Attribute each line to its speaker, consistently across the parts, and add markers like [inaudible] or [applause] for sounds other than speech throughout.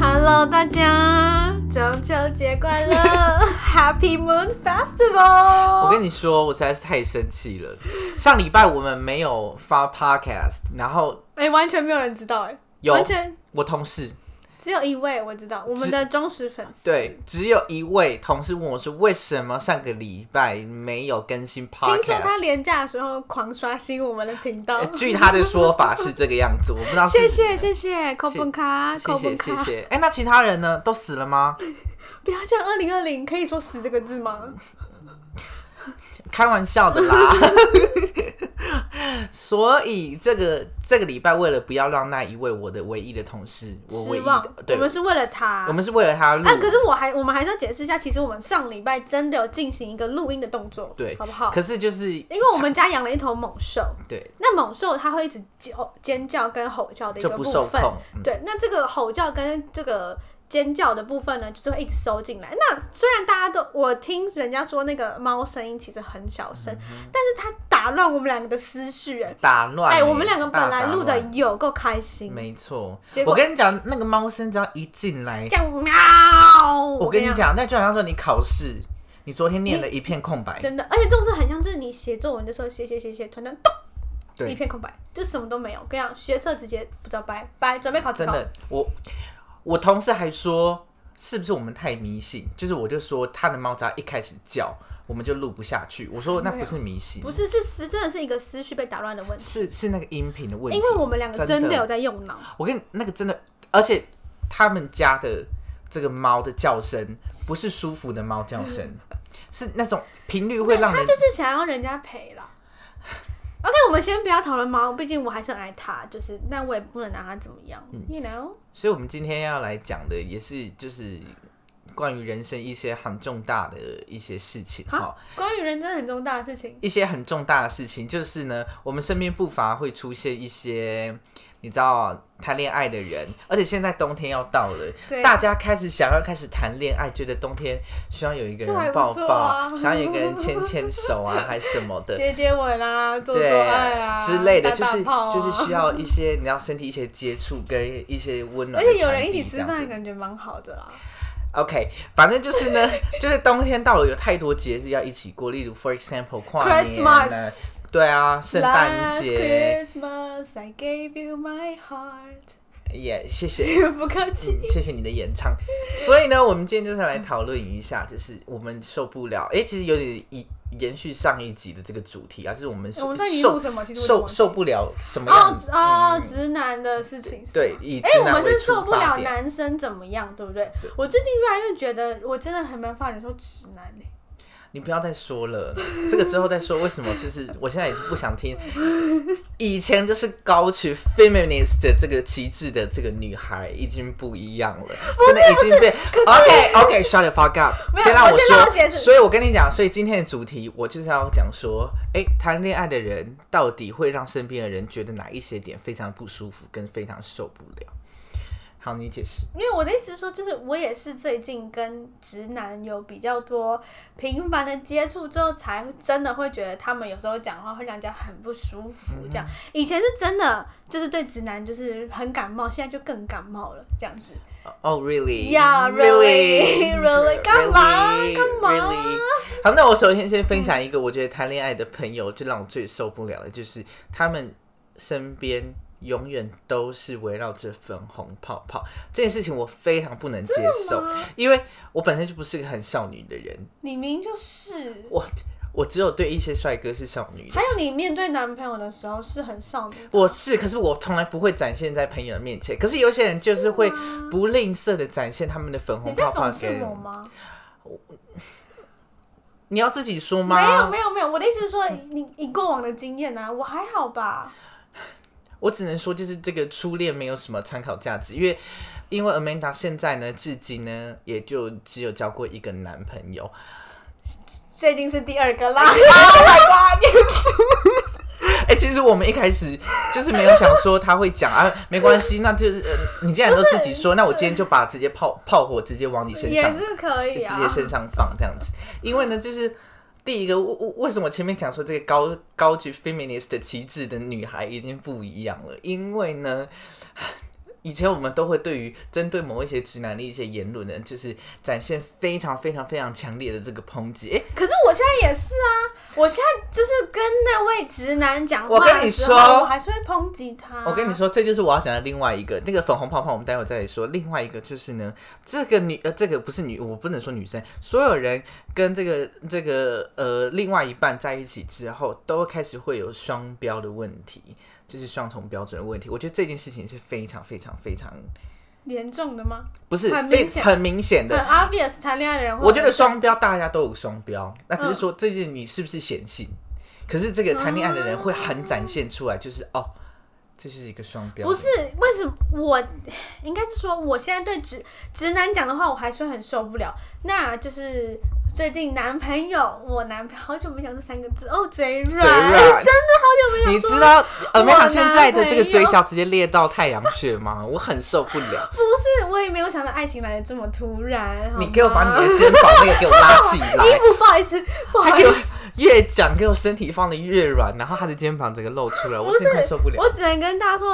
Speaker 1: Hello，大家，中秋节快
Speaker 2: [laughs]
Speaker 1: 乐，Happy Moon Festival！
Speaker 2: 我跟你说，我实在是太生气了。上礼拜我们没有发 podcast，然后
Speaker 1: 哎、完全没有人知道哎、
Speaker 2: 有
Speaker 1: 完全
Speaker 2: 我同事
Speaker 1: 只有一位我知道，我们
Speaker 2: 只
Speaker 1: 的忠实粉丝。
Speaker 2: 对只有一位同事问我说，为什么上个礼拜没有更新
Speaker 1: 听说他
Speaker 2: podcast？
Speaker 1: 廉价的时候狂刷新我们的频道
Speaker 2: 呃，啊据他的说法是这个样子，我不知道是
Speaker 1: 谢谢谢谢扣分卡，
Speaker 2: 谢
Speaker 1: 扣分
Speaker 2: 谢谢
Speaker 1: 卡，
Speaker 2: 谢。哎、那其他人呢？都死了吗？
Speaker 1: 不要这样，二零二零可以说死这个字吗？
Speaker 2: 开玩笑的啦。 [laughs] 所以这个这个礼拜，为了不要让那一位我的唯一的同事，我唯
Speaker 1: 失
Speaker 2: 一
Speaker 1: 望
Speaker 2: 的，，
Speaker 1: 我
Speaker 2: 对，
Speaker 1: 们是为了他，
Speaker 2: 我们是为了他录
Speaker 1: 啊，可是我还我们还是要解释一下，其实我们上礼拜真的有进行一个录音的动作，
Speaker 2: 对，
Speaker 1: 好不好？
Speaker 2: 可是就是
Speaker 1: 因为我们家养了一头猛兽，
Speaker 2: 对
Speaker 1: 那猛兽它会一直叫尖叫跟吼叫的一
Speaker 2: 就
Speaker 1: 个部
Speaker 2: 不受
Speaker 1: 分，
Speaker 2: 控，嗯
Speaker 1: 对，那这个吼叫跟这个尖叫的部分呢，就是会一直收进来。那虽然大家都我听人家说那个猫声音其实很小声，
Speaker 2: 嗯
Speaker 1: 但是它打乱我们两个的思绪，哎
Speaker 2: 打乱欸。
Speaker 1: 哎，我们两个
Speaker 2: 大
Speaker 1: 本
Speaker 2: 打
Speaker 1: 来录的
Speaker 2: 乱
Speaker 1: 有够开心，
Speaker 2: 没错
Speaker 1: 结，果
Speaker 2: 我跟你讲，那个猫声只要一进来
Speaker 1: 这，样喵，
Speaker 2: 我跟你，讲，那就好像说你考试，你昨天念了一片空白，
Speaker 1: 真的，而且这种事很像就是你写作文的时候写写写写，突然咚一
Speaker 2: 对，
Speaker 1: 片空白，就什么都没有。我跟你讲，学测直接不知道拜拜，准备考职
Speaker 2: 真
Speaker 1: 考。
Speaker 2: 的，我我同事还说，是不是我们太迷信？就是我就说，他的猫只要一开始叫，我们就录不下去。我说那不是迷信
Speaker 1: 不，是，是是真的是一个思绪被打乱的问题，
Speaker 2: 是是那个音频的问题
Speaker 1: 因。为我们两个
Speaker 2: 真
Speaker 1: 真
Speaker 2: 的
Speaker 1: 的有在用脑，
Speaker 2: 我跟你那个真的，而且他们家的这个猫的叫声不是舒服的猫叫声，是那种频率会让
Speaker 1: 他
Speaker 2: 人
Speaker 1: 就是想要人家陪啦。OK，我们先不要讨论猫，毕竟我还是很爱它，就是那我也不能拿它怎么样、y
Speaker 2: 嗯
Speaker 1: o u know？
Speaker 2: 所以，我们今天要来讲的也是就是关于人生一些很重大的一些事情哈
Speaker 1: 好。，关于人真的很重大的事情，
Speaker 2: 一些很重大的事情，就是呢，我们身边不乏会出现一些，你知道谈恋爱的人，而且现在冬天要到了，
Speaker 1: 对啊
Speaker 2: 大家开始想要开始谈恋爱，觉得冬天需要有一个
Speaker 1: 这还
Speaker 2: 人
Speaker 1: 不
Speaker 2: 抱
Speaker 1: 错
Speaker 2: 抱，
Speaker 1: 啊
Speaker 2: 想要有一个人牵牵手啊，还什么
Speaker 1: [laughs]
Speaker 2: 的，
Speaker 1: 接接吻啊，做做
Speaker 2: 对
Speaker 1: 爱啊
Speaker 2: 之类的，
Speaker 1: 打
Speaker 2: 就
Speaker 1: 打
Speaker 2: 是
Speaker 1: 炮啊
Speaker 2: 就是需要一些你要身体一些接触跟一些温
Speaker 1: 而
Speaker 2: 暖的传递
Speaker 1: 且
Speaker 2: 这样子，
Speaker 1: 有人一起吃饭，感觉蛮好的啦。
Speaker 2: OK，反正就是呢， [laughs] 就是冬天到了，有太多节日要一起过，例如 for example 跨年啊
Speaker 1: Christmas。
Speaker 2: 对啊，圣诞节，
Speaker 1: Last Christmas, I gave you my
Speaker 2: [laughs]
Speaker 1: heart 。
Speaker 2: 也、谢谢。
Speaker 1: 不客气。
Speaker 2: 嗯谢谢你的演唱，所以呢，我们今天就是来讨论一下，就是我们受不了，诶，其实有点以延续上一集的这个主题啊，就是我们
Speaker 1: 我
Speaker 2: 受
Speaker 1: 们上一集录
Speaker 2: 受
Speaker 1: 什么？其实我有点
Speaker 2: 受
Speaker 1: 忘记
Speaker 2: 受不了什么
Speaker 1: 哦
Speaker 2: 样
Speaker 1: 直
Speaker 2: 子？嗯
Speaker 1: 哦，直男的事情是
Speaker 2: 对
Speaker 1: 吗，
Speaker 2: 以
Speaker 1: 哎、
Speaker 2: 直
Speaker 1: 我
Speaker 2: 男
Speaker 1: 们
Speaker 2: 为
Speaker 1: 真
Speaker 2: 出
Speaker 1: 受不
Speaker 2: 发
Speaker 1: 了
Speaker 2: 点，
Speaker 1: 男生怎么样，对不对？
Speaker 2: 对
Speaker 1: 我最近越来越觉得，我真的很没办法忍受直男、欸、
Speaker 2: 你不要再说了，这个之后再说。为什么？就是我现在已经不想听，以前就是高举 feminist 的这个旗帜的这个女孩已经不一样了，真的已经被。OK OK shut the fuck up，
Speaker 1: 没有
Speaker 2: 先让
Speaker 1: 我先让我解
Speaker 2: 说。
Speaker 1: 释
Speaker 2: 所以我跟你讲，所以今天的主题我就是要讲说，哎、谈恋爱的人到底会让身边的人觉得哪一些点非常不舒服，跟非常受不了。好，你解释。
Speaker 1: 因为我的意思是说，就是我也是最近跟直男有比较多频繁的接触之后，才真的会觉得他们有时候讲话会让人家很不舒服。
Speaker 2: 嗯
Speaker 1: 这样、以前是真的就是对直男就是很感冒，现在就更感冒了这样子。
Speaker 2: 哦、r e a l l y
Speaker 1: Yeah, really, [laughs] really. 干嘛
Speaker 2: Really?
Speaker 1: 干嘛
Speaker 2: Really? 好，那我首先先分享一个我觉得谈恋爱的朋友，就让我最受不了的就是他们身边永远都是围绕着粉红泡泡这件事情，我非常不能接受，因为我本身就不是个很少女的人，
Speaker 1: 你明明就是。
Speaker 2: 我我只有对一些帅哥是少女的
Speaker 1: 还有你面对男朋友的时候是很少女的，
Speaker 2: 我是，可是我从来不会展现在朋友的面前。可是有些人就是会不吝啬的展现他们的粉红
Speaker 1: 你在
Speaker 2: 泡泡
Speaker 1: 讽刺
Speaker 2: 给
Speaker 1: 我吗？
Speaker 2: 你要自己说吗？
Speaker 1: 没有没有没有，我的意思是说，你你你过往的经验啊，我还好吧。
Speaker 2: 我只能说，就是这个初恋没有什么参考价值，因为因为 Amanda 现在呢，至今呢也就只有交过一个男朋友。
Speaker 1: 这一定是第二个啦，
Speaker 2: 哎、其实我们一开始就是没有想说他会讲啊，没关系，那就是、呃你既然都自己说，那我今天就把直接炮炮火直接往你
Speaker 1: [laughs]
Speaker 2: 身
Speaker 1: 也
Speaker 2: 上，
Speaker 1: 是可以
Speaker 2: 直接
Speaker 1: 啊。
Speaker 2: 身上放这样子。因为呢，就是第一个，我我为什么我前面讲说这个高高举 feminist 旗帜的女孩已经不一样了？因为呢，以前我们都会对于针对某一些直男的一些言论呢，就是展现非常非常非常强烈的这个抨击。哎、
Speaker 1: 可是我现在也是啊，我现在就是跟那位直男讲
Speaker 2: 我
Speaker 1: 话
Speaker 2: 跟
Speaker 1: 的
Speaker 2: 你
Speaker 1: 时候，
Speaker 2: 说
Speaker 1: 我还是会抨击他。
Speaker 2: 我跟你，说，这就是我要讲的另外一个那个粉红泡泡，我们待会再说。另外一个就是呢，这个女呃，这个不是女，我不能说女生，所有人跟这个这个呃另外一半在一起之后，都开始会有双标的问题，就是双重标准的问题。我觉得这件事情是非常非常非常
Speaker 1: 严重的吗？
Speaker 2: 不是
Speaker 1: 很
Speaker 2: 非
Speaker 1: 明显
Speaker 2: 很明显的
Speaker 1: 很 obvious，谈恋爱的人会有
Speaker 2: 我觉得双标大家都有双标，那
Speaker 1: 嗯
Speaker 2: 只是说这件你是不是显性。可是这个谈恋爱的人会很展现出来，就是哦，这是一个双标。
Speaker 1: 不是，为什么我应该是说，我现在对直直男讲的话，我还是会很受不了。那就是最近男朋友，我男朋友好久没讲这三个字哦，嘴软，
Speaker 2: 嘴软，
Speaker 1: 哎好久没
Speaker 2: 你
Speaker 1: 有说
Speaker 2: 知道呃，没
Speaker 1: 我
Speaker 2: 有
Speaker 1: 男
Speaker 2: 现在的这个
Speaker 1: 朋
Speaker 2: 嘴
Speaker 1: 友
Speaker 2: 角直接裂到太阳穴吗？我很受不了。
Speaker 1: 不是，我也没有想到爱情来的这么突然。好
Speaker 2: 你给我把
Speaker 1: 吗 [laughs]
Speaker 2: 你的肩膀那个给我拉起
Speaker 1: 衣
Speaker 2: 来，
Speaker 1: 服，不好意思，不
Speaker 2: 他
Speaker 1: 好
Speaker 2: 给
Speaker 1: 意
Speaker 2: 我
Speaker 1: 思，
Speaker 2: [laughs] 越讲给我身体放的越软，然后他的肩膀整个露出来，我真的快受不了。
Speaker 1: 我只能跟大家说，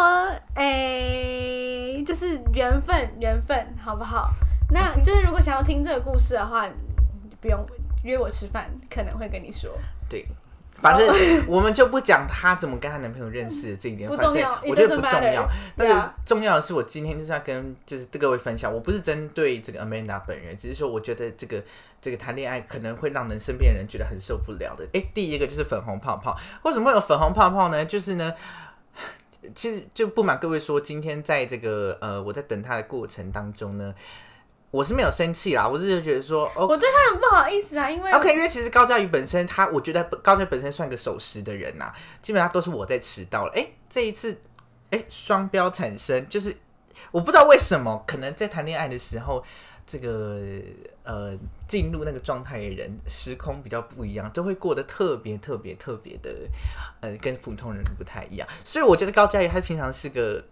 Speaker 1: 哎、就是缘分，缘分，好不好？那就是如果想要听这个故事的话，你不用约我吃饭，可能会跟你说。
Speaker 2: 对，反正 [laughs] 我们就不讲她怎么跟她男朋友认识的这一点，
Speaker 1: 不
Speaker 2: 反
Speaker 1: 重
Speaker 2: 正
Speaker 1: 要
Speaker 2: 我
Speaker 1: it
Speaker 2: 觉得不
Speaker 1: doesn't
Speaker 2: 重
Speaker 1: matter
Speaker 2: 要。那
Speaker 1: Yeah
Speaker 2: 个重要的是，我今天就是要跟就是各位分享，我不是针对这个 Amanda 本人，只是说我觉得这个这个谈恋爱可能会让人身边人觉得很受不了的。诶，第一个就是粉红泡泡，为什么会有粉红泡泡呢？就是呢。其实就不瞒各位说，今天在这个呃，我在等他的过程当中呢，我是没有生气啦，我是觉得说，哦，
Speaker 1: 我对他很不好意思啊，因为
Speaker 2: OK，因为其实高嘉瑜本身他，我觉得高嘉瑜本身算个守时的人呐、基本上都是我在迟到了。哎、这一次，哎、双标产生，就是我不知道为什么，可能在谈恋爱的时候，这个呃进入那个状态的人，时空比较不一样，都会过得特别特别特别的，呃，跟普通人不太一样。所以我觉得高嘉瑜他平常是个。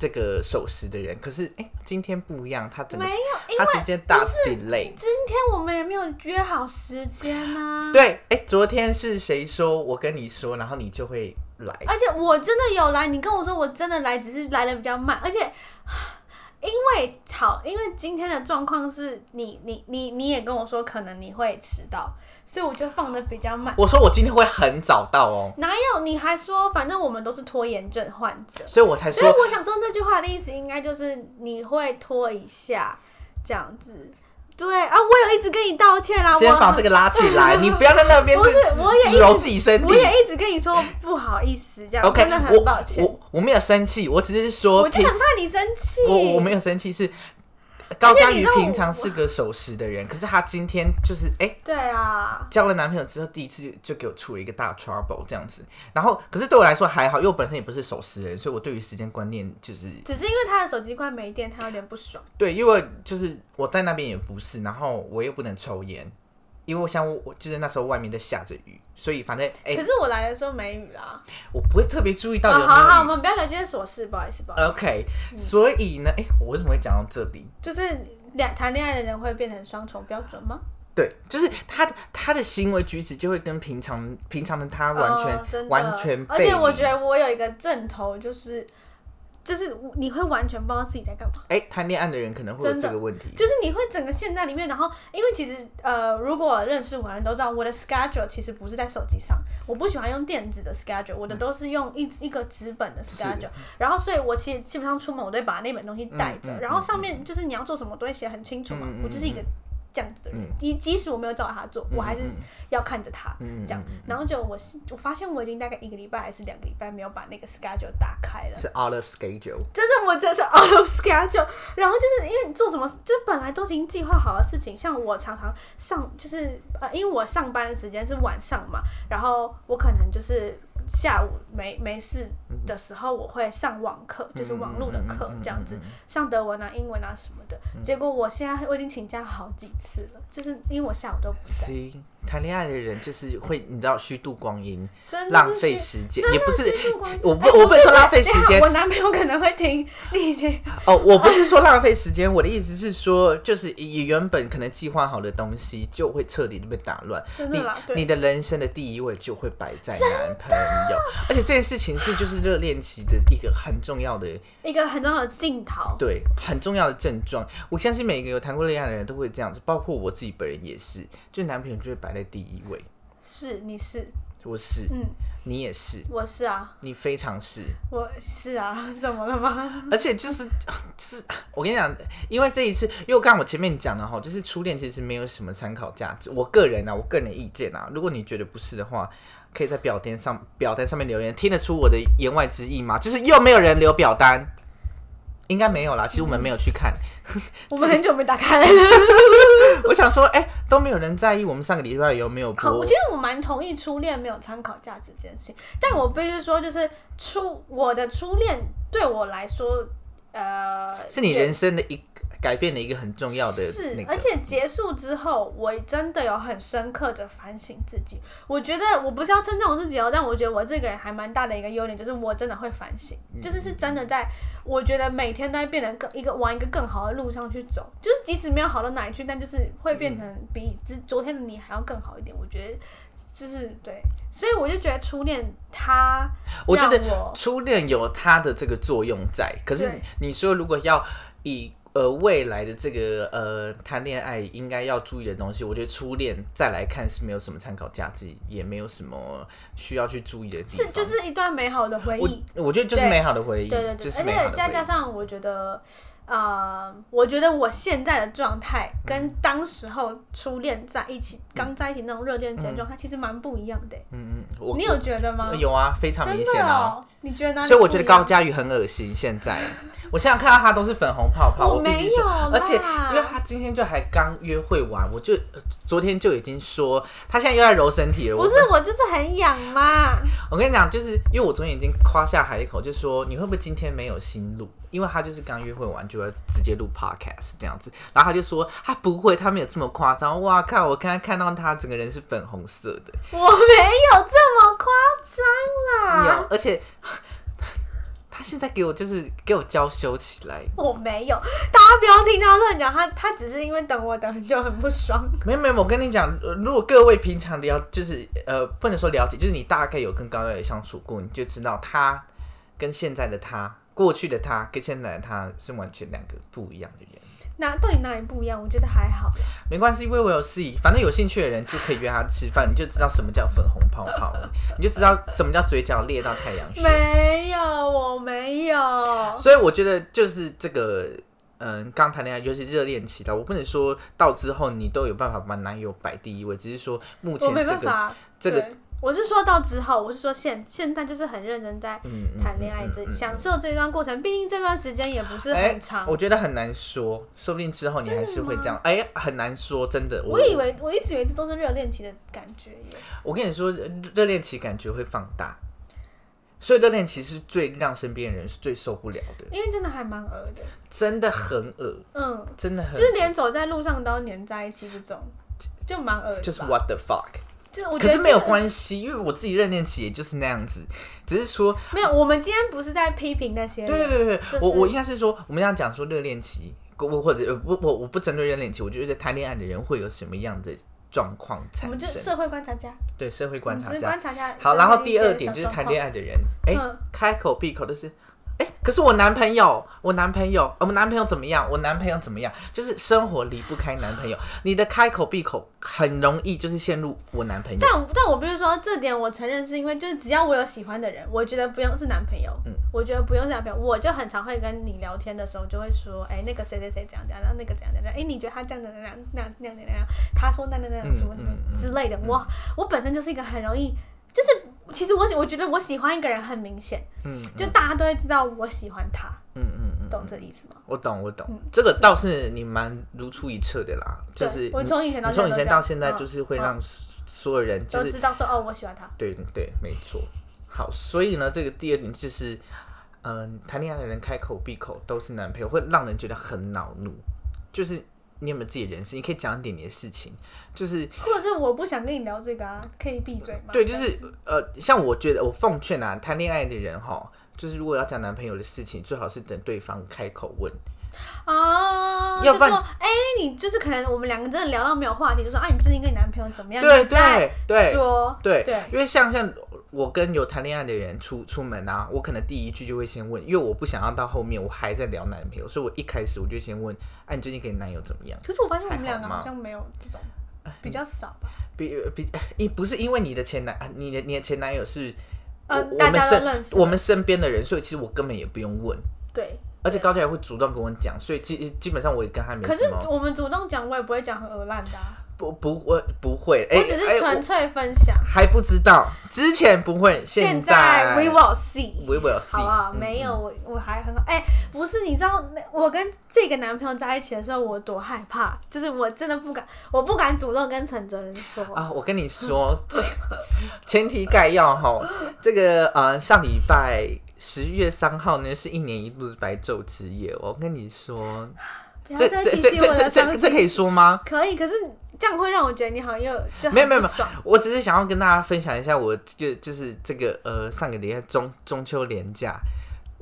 Speaker 2: 这个守时的人，可是哎、今天不一样，他整个
Speaker 1: 没有，因
Speaker 2: 他
Speaker 1: 为
Speaker 2: 直接大
Speaker 1: 不是
Speaker 2: delay。
Speaker 1: 今天我们也没有约好时间啊。。
Speaker 2: 对，哎，昨天是谁说我跟你说，然后你就会来？
Speaker 1: 而且我真的有来，你跟我说我真的来，只是来的比较慢，而且。啊因为好，因为今天的状况是你你你你也跟我说可能你会迟到，所以我就放的比较慢。
Speaker 2: 我说我今天会很早到哦，
Speaker 1: 哪有？你还说反正我们都是拖延症患者，
Speaker 2: 所以我才
Speaker 1: 所以
Speaker 2: 说
Speaker 1: 我想说那句话的意思应该就是你会拖一下这样子。对啊，我有一直跟你道歉啦，
Speaker 2: 肩
Speaker 1: 我
Speaker 2: 膀这个拉起来，你不要在那边
Speaker 1: 不
Speaker 2: 自
Speaker 1: 是我也
Speaker 2: 己
Speaker 1: 一
Speaker 2: 自
Speaker 1: 直
Speaker 2: 揉自己身体
Speaker 1: 我。也一直跟你说不好意思，这样
Speaker 2: OK，
Speaker 1: 真的很抱
Speaker 2: 我
Speaker 1: 歉。
Speaker 2: 我我没有生气，我只是说
Speaker 1: 我就
Speaker 2: 平
Speaker 1: 很怕你生气。
Speaker 2: 我我没有生气是。高佳
Speaker 1: 你
Speaker 2: 瑜
Speaker 1: 知道
Speaker 2: 平
Speaker 1: 我
Speaker 2: 常是个守时的人，可是她今天就是哎、
Speaker 1: 对啊，
Speaker 2: 交了男朋友之后，第一次就给我出了一个大 trouble 这样子。然后，可是对我来说还好，因为我本身也不是守时人，所以我对于时间观念就是
Speaker 1: 只是因为他的手机快没电，他有点不爽。
Speaker 2: 对，因为就是我在那边也不是，然后我又不能抽烟，因为我想我我就是那时候外面在下着雨，所以反正哎、
Speaker 1: 可是我来的时候没雨啦。
Speaker 2: 我不会特别注意到
Speaker 1: 啊，
Speaker 2: 有没
Speaker 1: 好好，我
Speaker 2: 有雨。呃
Speaker 1: 们不要聊这些琐事，不好意思，不好意思。嗯
Speaker 2: OK，、所以呢，哎、我为什么会讲到这里？
Speaker 1: 就是两谈恋爱的人会变成双重标准吗？
Speaker 2: 对，就是他的他的行为举止就会跟平常平常的他完全、
Speaker 1: 哦真的
Speaker 2: 完全背
Speaker 1: 而且我
Speaker 2: 离
Speaker 1: 觉得我有一个正头，就是就是你会完全不知道自己在干嘛。
Speaker 2: 哎谈恋爱的人可能会有
Speaker 1: 真
Speaker 2: 这
Speaker 1: 的
Speaker 2: 个问题。
Speaker 1: 就是你会整个陷在里面，然后因为其实呃，如果认识我的人都知道，我的 schedule 其实不是在手机上，我不喜欢用电子的 schedule，我的
Speaker 2: 嗯
Speaker 1: 都是用一、一个纸本的 schedule，然后所以我其实基本上出门我都会把那本东西带着，
Speaker 2: 嗯嗯
Speaker 1: 然后上面就是你要做什么我都会写很清楚嘛，
Speaker 2: 嗯嗯嗯
Speaker 1: 我就是一个这样子的人，即、即使我没有照着他做，我还是要看着他。
Speaker 2: 嗯
Speaker 1: 这样，然后就我是我发现我已经大概一个礼拜还是两个礼拜没有把那个 schedule 打开了，
Speaker 2: 是 out of schedule。
Speaker 1: 真的，我真的是 [laughs] out of schedule。然后就是因为你做什么，就本来都已经计划好的事情，像我常常上就是呃，因为我上班的时间是晚上嘛，然后我可能就是下午没没事的时候，我会上网课，
Speaker 2: 嗯
Speaker 1: 就是网络的课这样子，上德文啊、英文啊什么的。结果我现在我已经请假好几次了，就是因为我下午都不在，
Speaker 2: C 谈恋爱的人就是会你知道虚度光阴，
Speaker 1: 真的
Speaker 2: 浪
Speaker 1: 是
Speaker 2: 费时间
Speaker 1: 真，的
Speaker 2: 也不是
Speaker 1: 虚度光阴
Speaker 2: 我不
Speaker 1: 哎
Speaker 2: 我不是说浪费
Speaker 1: [laughs]
Speaker 2: 时
Speaker 1: 等一下
Speaker 2: 间
Speaker 1: 我男朋友可能会听，你听，
Speaker 2: 哦，我不是说浪费时间，我的意思是说，就是以原本可能计划好的东西就会彻底的被打乱，
Speaker 1: 真的啦，
Speaker 2: 你
Speaker 1: 对
Speaker 2: 你的人生的第一位就会摆在男朋友，而且这件事情是就是热恋期的一个很重要的
Speaker 1: 一个很重要的镜头。
Speaker 2: 对，很重要的症状。我相信每个有谈过恋爱的人都会这样子，包括我自己本人也是，就男朋友就会摆在第一位。
Speaker 1: 是，你是，
Speaker 2: 我是，
Speaker 1: 嗯，
Speaker 2: 你也是，
Speaker 1: 我是啊，
Speaker 2: 你非常是，
Speaker 1: 我是啊， [laughs] 怎么了吗？
Speaker 2: 而且就是 [laughs] 就是，我跟你讲，因为这一次，因为我刚刚我前面讲了哈，就是初恋其实没有什么参考价值。我个人啊，我个人的意见啊，如果你觉得不是的话，可以在表单上表单上面留言，听得出我的言外之意吗？就是又没有人留表单。应该没有啦，其实我们没有去看。
Speaker 1: 我们很久没打开了。
Speaker 2: 我想说，哎、都没有人在意我们上个礼拜有没有
Speaker 1: 好，
Speaker 2: 播
Speaker 1: 其。实 [laughs] 我蛮同意初恋没有参考价值这件事情，但我必须说，就是初我的初恋对我来说，呃，
Speaker 2: 是你
Speaker 1: 也
Speaker 2: 人生的一改变的一个很重要的那
Speaker 1: 是，
Speaker 2: 个，
Speaker 1: 而且结束之后，我真的有很深刻的反省自己。我觉得我不是要称赞我自己哦，但我觉得我这个人还蛮大的一个优点，就是我真的会反省，
Speaker 2: 嗯
Speaker 1: 就是是真的在，我觉得每天都在变得更一个往一个更好的路上去走，就是即使没有好到哪里去，但就是会变
Speaker 2: 嗯
Speaker 1: 成比之昨天的你还要更好一点。我觉得就是对，所以我就觉得初恋它
Speaker 2: 我觉得
Speaker 1: 让我
Speaker 2: 初恋有它的这个作用在，可是
Speaker 1: 对
Speaker 2: 你说如果要以呃未来的这个呃谈恋爱应该要注意的东西，我觉得初恋再来看是没有什么参考价值，也没有什么需要去注意的地方。
Speaker 1: 是就是一段美好的回忆。
Speaker 2: 我我觉得就是
Speaker 1: 对
Speaker 2: 美好的回忆，
Speaker 1: 对对对，
Speaker 2: 就
Speaker 1: 而
Speaker 2: 是美好
Speaker 1: 且
Speaker 2: 的
Speaker 1: 再
Speaker 2: 回
Speaker 1: 加
Speaker 2: 忆。
Speaker 1: 上我觉得，呃，我觉得我现在的状态
Speaker 2: 嗯
Speaker 1: 跟当时候初恋在一起、刚在一起那种热恋期的状态，其实蛮不一样的欸。
Speaker 2: 嗯嗯，嗯我
Speaker 1: 你有觉得吗？
Speaker 2: 有啊，非常
Speaker 1: 真
Speaker 2: 明显
Speaker 1: 的
Speaker 2: 啊。
Speaker 1: 哦，你觉得哪里不一样？
Speaker 2: 所以我觉得高佳宇很恶心。现在，我现在看到他都是粉红泡泡，
Speaker 1: 我
Speaker 2: 我必须
Speaker 1: 没
Speaker 2: 说
Speaker 1: 有啦
Speaker 2: 而且因为他今天就还刚约会完，我就呃昨天就已经说他现在又在揉身体了。
Speaker 1: 不
Speaker 2: 我
Speaker 1: 是，我就是很痒嘛。
Speaker 2: 我跟你讲，就是因为我昨天已经夸下海口，就说你会不会今天没有新录？因为他就是刚约会完就要直接录 podcast 这样子，然后他就说他不会，他没有这么夸张。哇靠！我刚刚看到他整个人是粉红色的，
Speaker 1: 我没有这么夸张啦，
Speaker 2: 有，而且 [laughs] 他现在给我就是给我娇羞起来。
Speaker 1: 我没有。大家不要听他乱讲，他他只是因为等我等很久，很不爽。
Speaker 2: 没有没有，我跟你讲，呃如果各位平常了就是呃，不能说了解，就是你大概有跟高耀宇相处过，你就知道他跟现在的他、过去的他跟现在的他是完全两个不一样的人。
Speaker 1: 那到底哪里不一样？我觉得还好。
Speaker 2: 没关系，因为我有事宜，反正有兴趣的人就可以约他吃饭，你就知道什么叫粉红泡泡，你就知道什么叫嘴角裂到太阳穴。
Speaker 1: 没有，我没有。
Speaker 2: 所以我觉得就是这个，嗯，刚谈恋爱，尤其热恋期的，我不能说到之后你都有办法把男友摆第一位，只是说目
Speaker 1: 我
Speaker 2: 前
Speaker 1: 没
Speaker 2: 这
Speaker 1: 办
Speaker 2: 个
Speaker 1: 法。
Speaker 2: 这个
Speaker 1: 对，我是说到之后，我是说现现在就是很认真在
Speaker 2: 嗯嗯
Speaker 1: 谈恋爱
Speaker 2: 嗯
Speaker 1: 这、
Speaker 2: 嗯嗯
Speaker 1: 享受这段过程，毕竟这段时间也不是
Speaker 2: 哎
Speaker 1: 很长。
Speaker 2: 我觉得很难说，说不定之后你还是会这样。哎、很难说，真的。
Speaker 1: 我以为我一直以为这都是热恋期的感觉耶。
Speaker 2: 我跟你说，热热恋期感觉会放大，所以热恋期是最让身边人是最受不了的，
Speaker 1: 因为真的还蛮恶的。
Speaker 2: 真的很恶，
Speaker 1: 嗯，
Speaker 2: 真的
Speaker 1: 就
Speaker 2: 很
Speaker 1: 是连走在路上都要黏在一起这种，就蛮恶的吧。
Speaker 2: 就是 what the fuck。
Speaker 1: 就是我觉
Speaker 2: 可
Speaker 1: 得
Speaker 2: 是没有
Speaker 1: 就
Speaker 2: 关系，因为我自己热恋期也就是那样子，只是说，
Speaker 1: 没有。我们今天不是在批评那些
Speaker 2: 对
Speaker 1: 人，
Speaker 2: 对对对，
Speaker 1: 就是
Speaker 2: 我我应该是说，我们要讲说热恋期，我或者呃不我我不针对热恋期，我觉得谈恋爱的人会有什么样的状况
Speaker 1: 我
Speaker 2: 产
Speaker 1: 们就
Speaker 2: 生？
Speaker 1: 社会观察家，
Speaker 2: 对社会
Speaker 1: 我
Speaker 2: 观
Speaker 1: 们只
Speaker 2: 察
Speaker 1: 是
Speaker 2: 家，
Speaker 1: 观察家。
Speaker 2: 好，然后第二点就是谈恋
Speaker 1: 爱。
Speaker 2: 爱的人，哎、
Speaker 1: 嗯
Speaker 2: 开口闭口都是，哎、可是我男朋友，我男朋友，呃我男朋友怎么样？我男朋友怎么样？就是生活离不开男朋友，你的开口闭口很容易就是陷入我男朋友。
Speaker 1: 但但我必须说，这点我承认是因为，就是只要我有喜欢的人，我觉得不用是男朋友，
Speaker 2: 嗯
Speaker 1: 我觉得不用是男朋友，我就很常会跟你聊天的时候就会说，哎、那个谁谁谁怎样怎样，然后那个怎样怎样，哎、你觉得他这样怎样怎样，那那样怎样怎样，他说那那那样什么
Speaker 2: 嗯嗯嗯
Speaker 1: 之类的。我我本身就是一个很容易，就是其实我我觉得我喜欢一个人很明显，
Speaker 2: 嗯
Speaker 1: 就大家都会知道我喜欢他，
Speaker 2: 嗯嗯嗯，
Speaker 1: 懂这个意思吗？
Speaker 2: 我懂我懂，
Speaker 1: 嗯
Speaker 2: 这个倒是你蛮如出一辙的啦，就
Speaker 1: 对
Speaker 2: 是
Speaker 1: 我
Speaker 2: 你
Speaker 1: 从以前到
Speaker 2: 你从以
Speaker 1: 现在都
Speaker 2: 前
Speaker 1: 这
Speaker 2: 到
Speaker 1: 样
Speaker 2: 现在
Speaker 1: 嗯
Speaker 2: 就是会
Speaker 1: 嗯
Speaker 2: 让所所有人就
Speaker 1: 都
Speaker 2: 是
Speaker 1: 知道说哦，我喜欢他。
Speaker 2: 对对，没错。好，所以呢，这个第二点就是，嗯、谈恋爱的人开口闭口都是男朋友，会让人觉得很恼怒。就是你有没有自己的人生？你可以讲一点你的事情，就是
Speaker 1: 或者是我不想跟你聊这个啊，可以闭嘴吗？
Speaker 2: 对，就是呃，像我觉得我奉劝啊，谈恋爱的人哈，就是如果要讲男朋友的事情，最好是等对方开口问。
Speaker 1: 哦，
Speaker 2: 要
Speaker 1: 就
Speaker 2: 不然
Speaker 1: 说，哎、你就是可能我们两个真的聊到没有话题，就说，啊，你最近跟你男朋友怎么样？
Speaker 2: 对
Speaker 1: 你再
Speaker 2: 对对
Speaker 1: 说，
Speaker 2: 对，
Speaker 1: 对
Speaker 2: 因为像像我跟有谈恋爱的人出出门啊，我可能第一句就会先问，因为我不想要到后面我还在聊男朋友，所以我一开始我就先问，哎、你最近跟你男友怎么样？
Speaker 1: 可是我发现我们两
Speaker 2: 还
Speaker 1: 个
Speaker 2: 好吗
Speaker 1: 好像没有这种，比较少吧。
Speaker 2: 比比 [laughs] 一不是因为你的前男，啊你的你的前男友是我
Speaker 1: 呃，
Speaker 2: 哎我
Speaker 1: 大
Speaker 2: 们
Speaker 1: 家都认
Speaker 2: 身
Speaker 1: 识。
Speaker 2: 我们身边的人，所以其实我根本也不用问，
Speaker 1: 对，
Speaker 2: 而且高嘉也会主动跟我讲，所以基基本上我也跟他没
Speaker 1: 可是
Speaker 2: 什么，
Speaker 1: 我们主动讲，我也不会讲很恶烂的啊、
Speaker 2: 不不会不会，哎、
Speaker 1: 我只
Speaker 2: 哎
Speaker 1: 是
Speaker 2: 我
Speaker 1: 纯粹分享。
Speaker 2: 还不知道，之前不会，
Speaker 1: 现
Speaker 2: 在
Speaker 1: we will see。
Speaker 2: we will see，
Speaker 1: [laughs] 好啊，
Speaker 2: 嗯
Speaker 1: 没有我我还很好。哎、不是，你知道那我跟这个男朋友在一起的时候，我多害怕，就是我真的不敢，我不敢主动跟陈哲仁说。
Speaker 2: 啊，我跟你说，这前提概要哈，这个呃，上礼拜十月三号呢是一年一度的白昼之夜，我跟你说，
Speaker 1: 不要
Speaker 2: 这
Speaker 1: 再
Speaker 2: 这
Speaker 1: 提
Speaker 2: 这
Speaker 1: 起我
Speaker 2: 这
Speaker 1: 的
Speaker 2: 这
Speaker 1: 伤
Speaker 2: 这这可以说吗？
Speaker 1: 可以，可是这样会让我觉得你好像又就很
Speaker 2: 没有没有
Speaker 1: 不
Speaker 2: 没有
Speaker 1: 爽，
Speaker 2: [laughs] 我只是想要跟大家分享一下我就就是这个呃上个礼拜中中秋连假，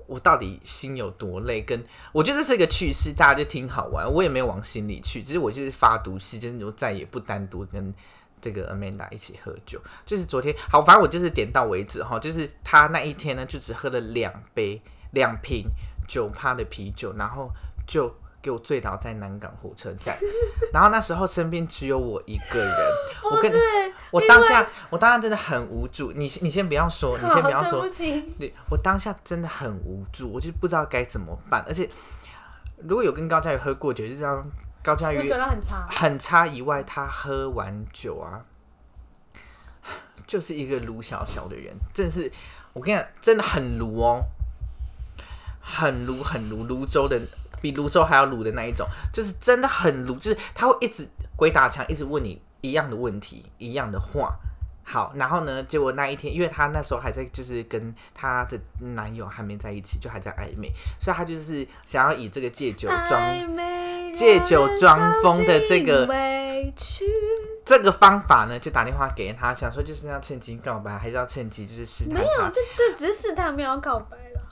Speaker 2: 我到底心有多累？跟我觉得这是一个趣事，大家就听好玩，我也没有往心里去，只是我就是发毒誓，就是我再也不单独跟这个 Amanda 一起喝酒。就是昨天，好，反正我就是点到为止哈。就是他那一天呢，就只喝了两杯两瓶九趴的啤酒，然后就给我醉倒在南港火车站。 [laughs] 然后那时候身边只有我一个人，我
Speaker 1: 不
Speaker 2: 跟
Speaker 1: 是？
Speaker 2: 我当下我当下真的很无助。你你先不要说，你
Speaker 1: 好
Speaker 2: 先不要
Speaker 1: 对
Speaker 2: 说
Speaker 1: 不，起，
Speaker 2: 对我当下真的很无助，我就不知道该怎么办。而且如果有跟高佳瑜喝过酒，就知道高佳
Speaker 1: 我
Speaker 2: 瑜
Speaker 1: 酒量很差。
Speaker 2: 很差以外，他喝完酒啊， [sighs] 就是一个卢小小的人，真的是我跟你讲，真的很卢哦，很卢很卢泸州的，比泸州还要卢的那一种，就是真的很卢，就是他会一直鬼打墙，一直问你一样的问题，一样的话。好，然后呢？结果那一天，因为她那时候还在，就是跟她的男友还没在一起，就还在暧昧，所以她就是想要以这个借酒装
Speaker 1: 暧昧
Speaker 2: 借酒装疯的这
Speaker 1: [laughs]
Speaker 2: 个
Speaker 1: 让人受尽委屈，
Speaker 2: 这个方法呢，就打电话给他，想说就是要趁机告白，还是要趁机就是试探
Speaker 1: 没有，
Speaker 2: 他。
Speaker 1: 就就只是试探，没有告白了。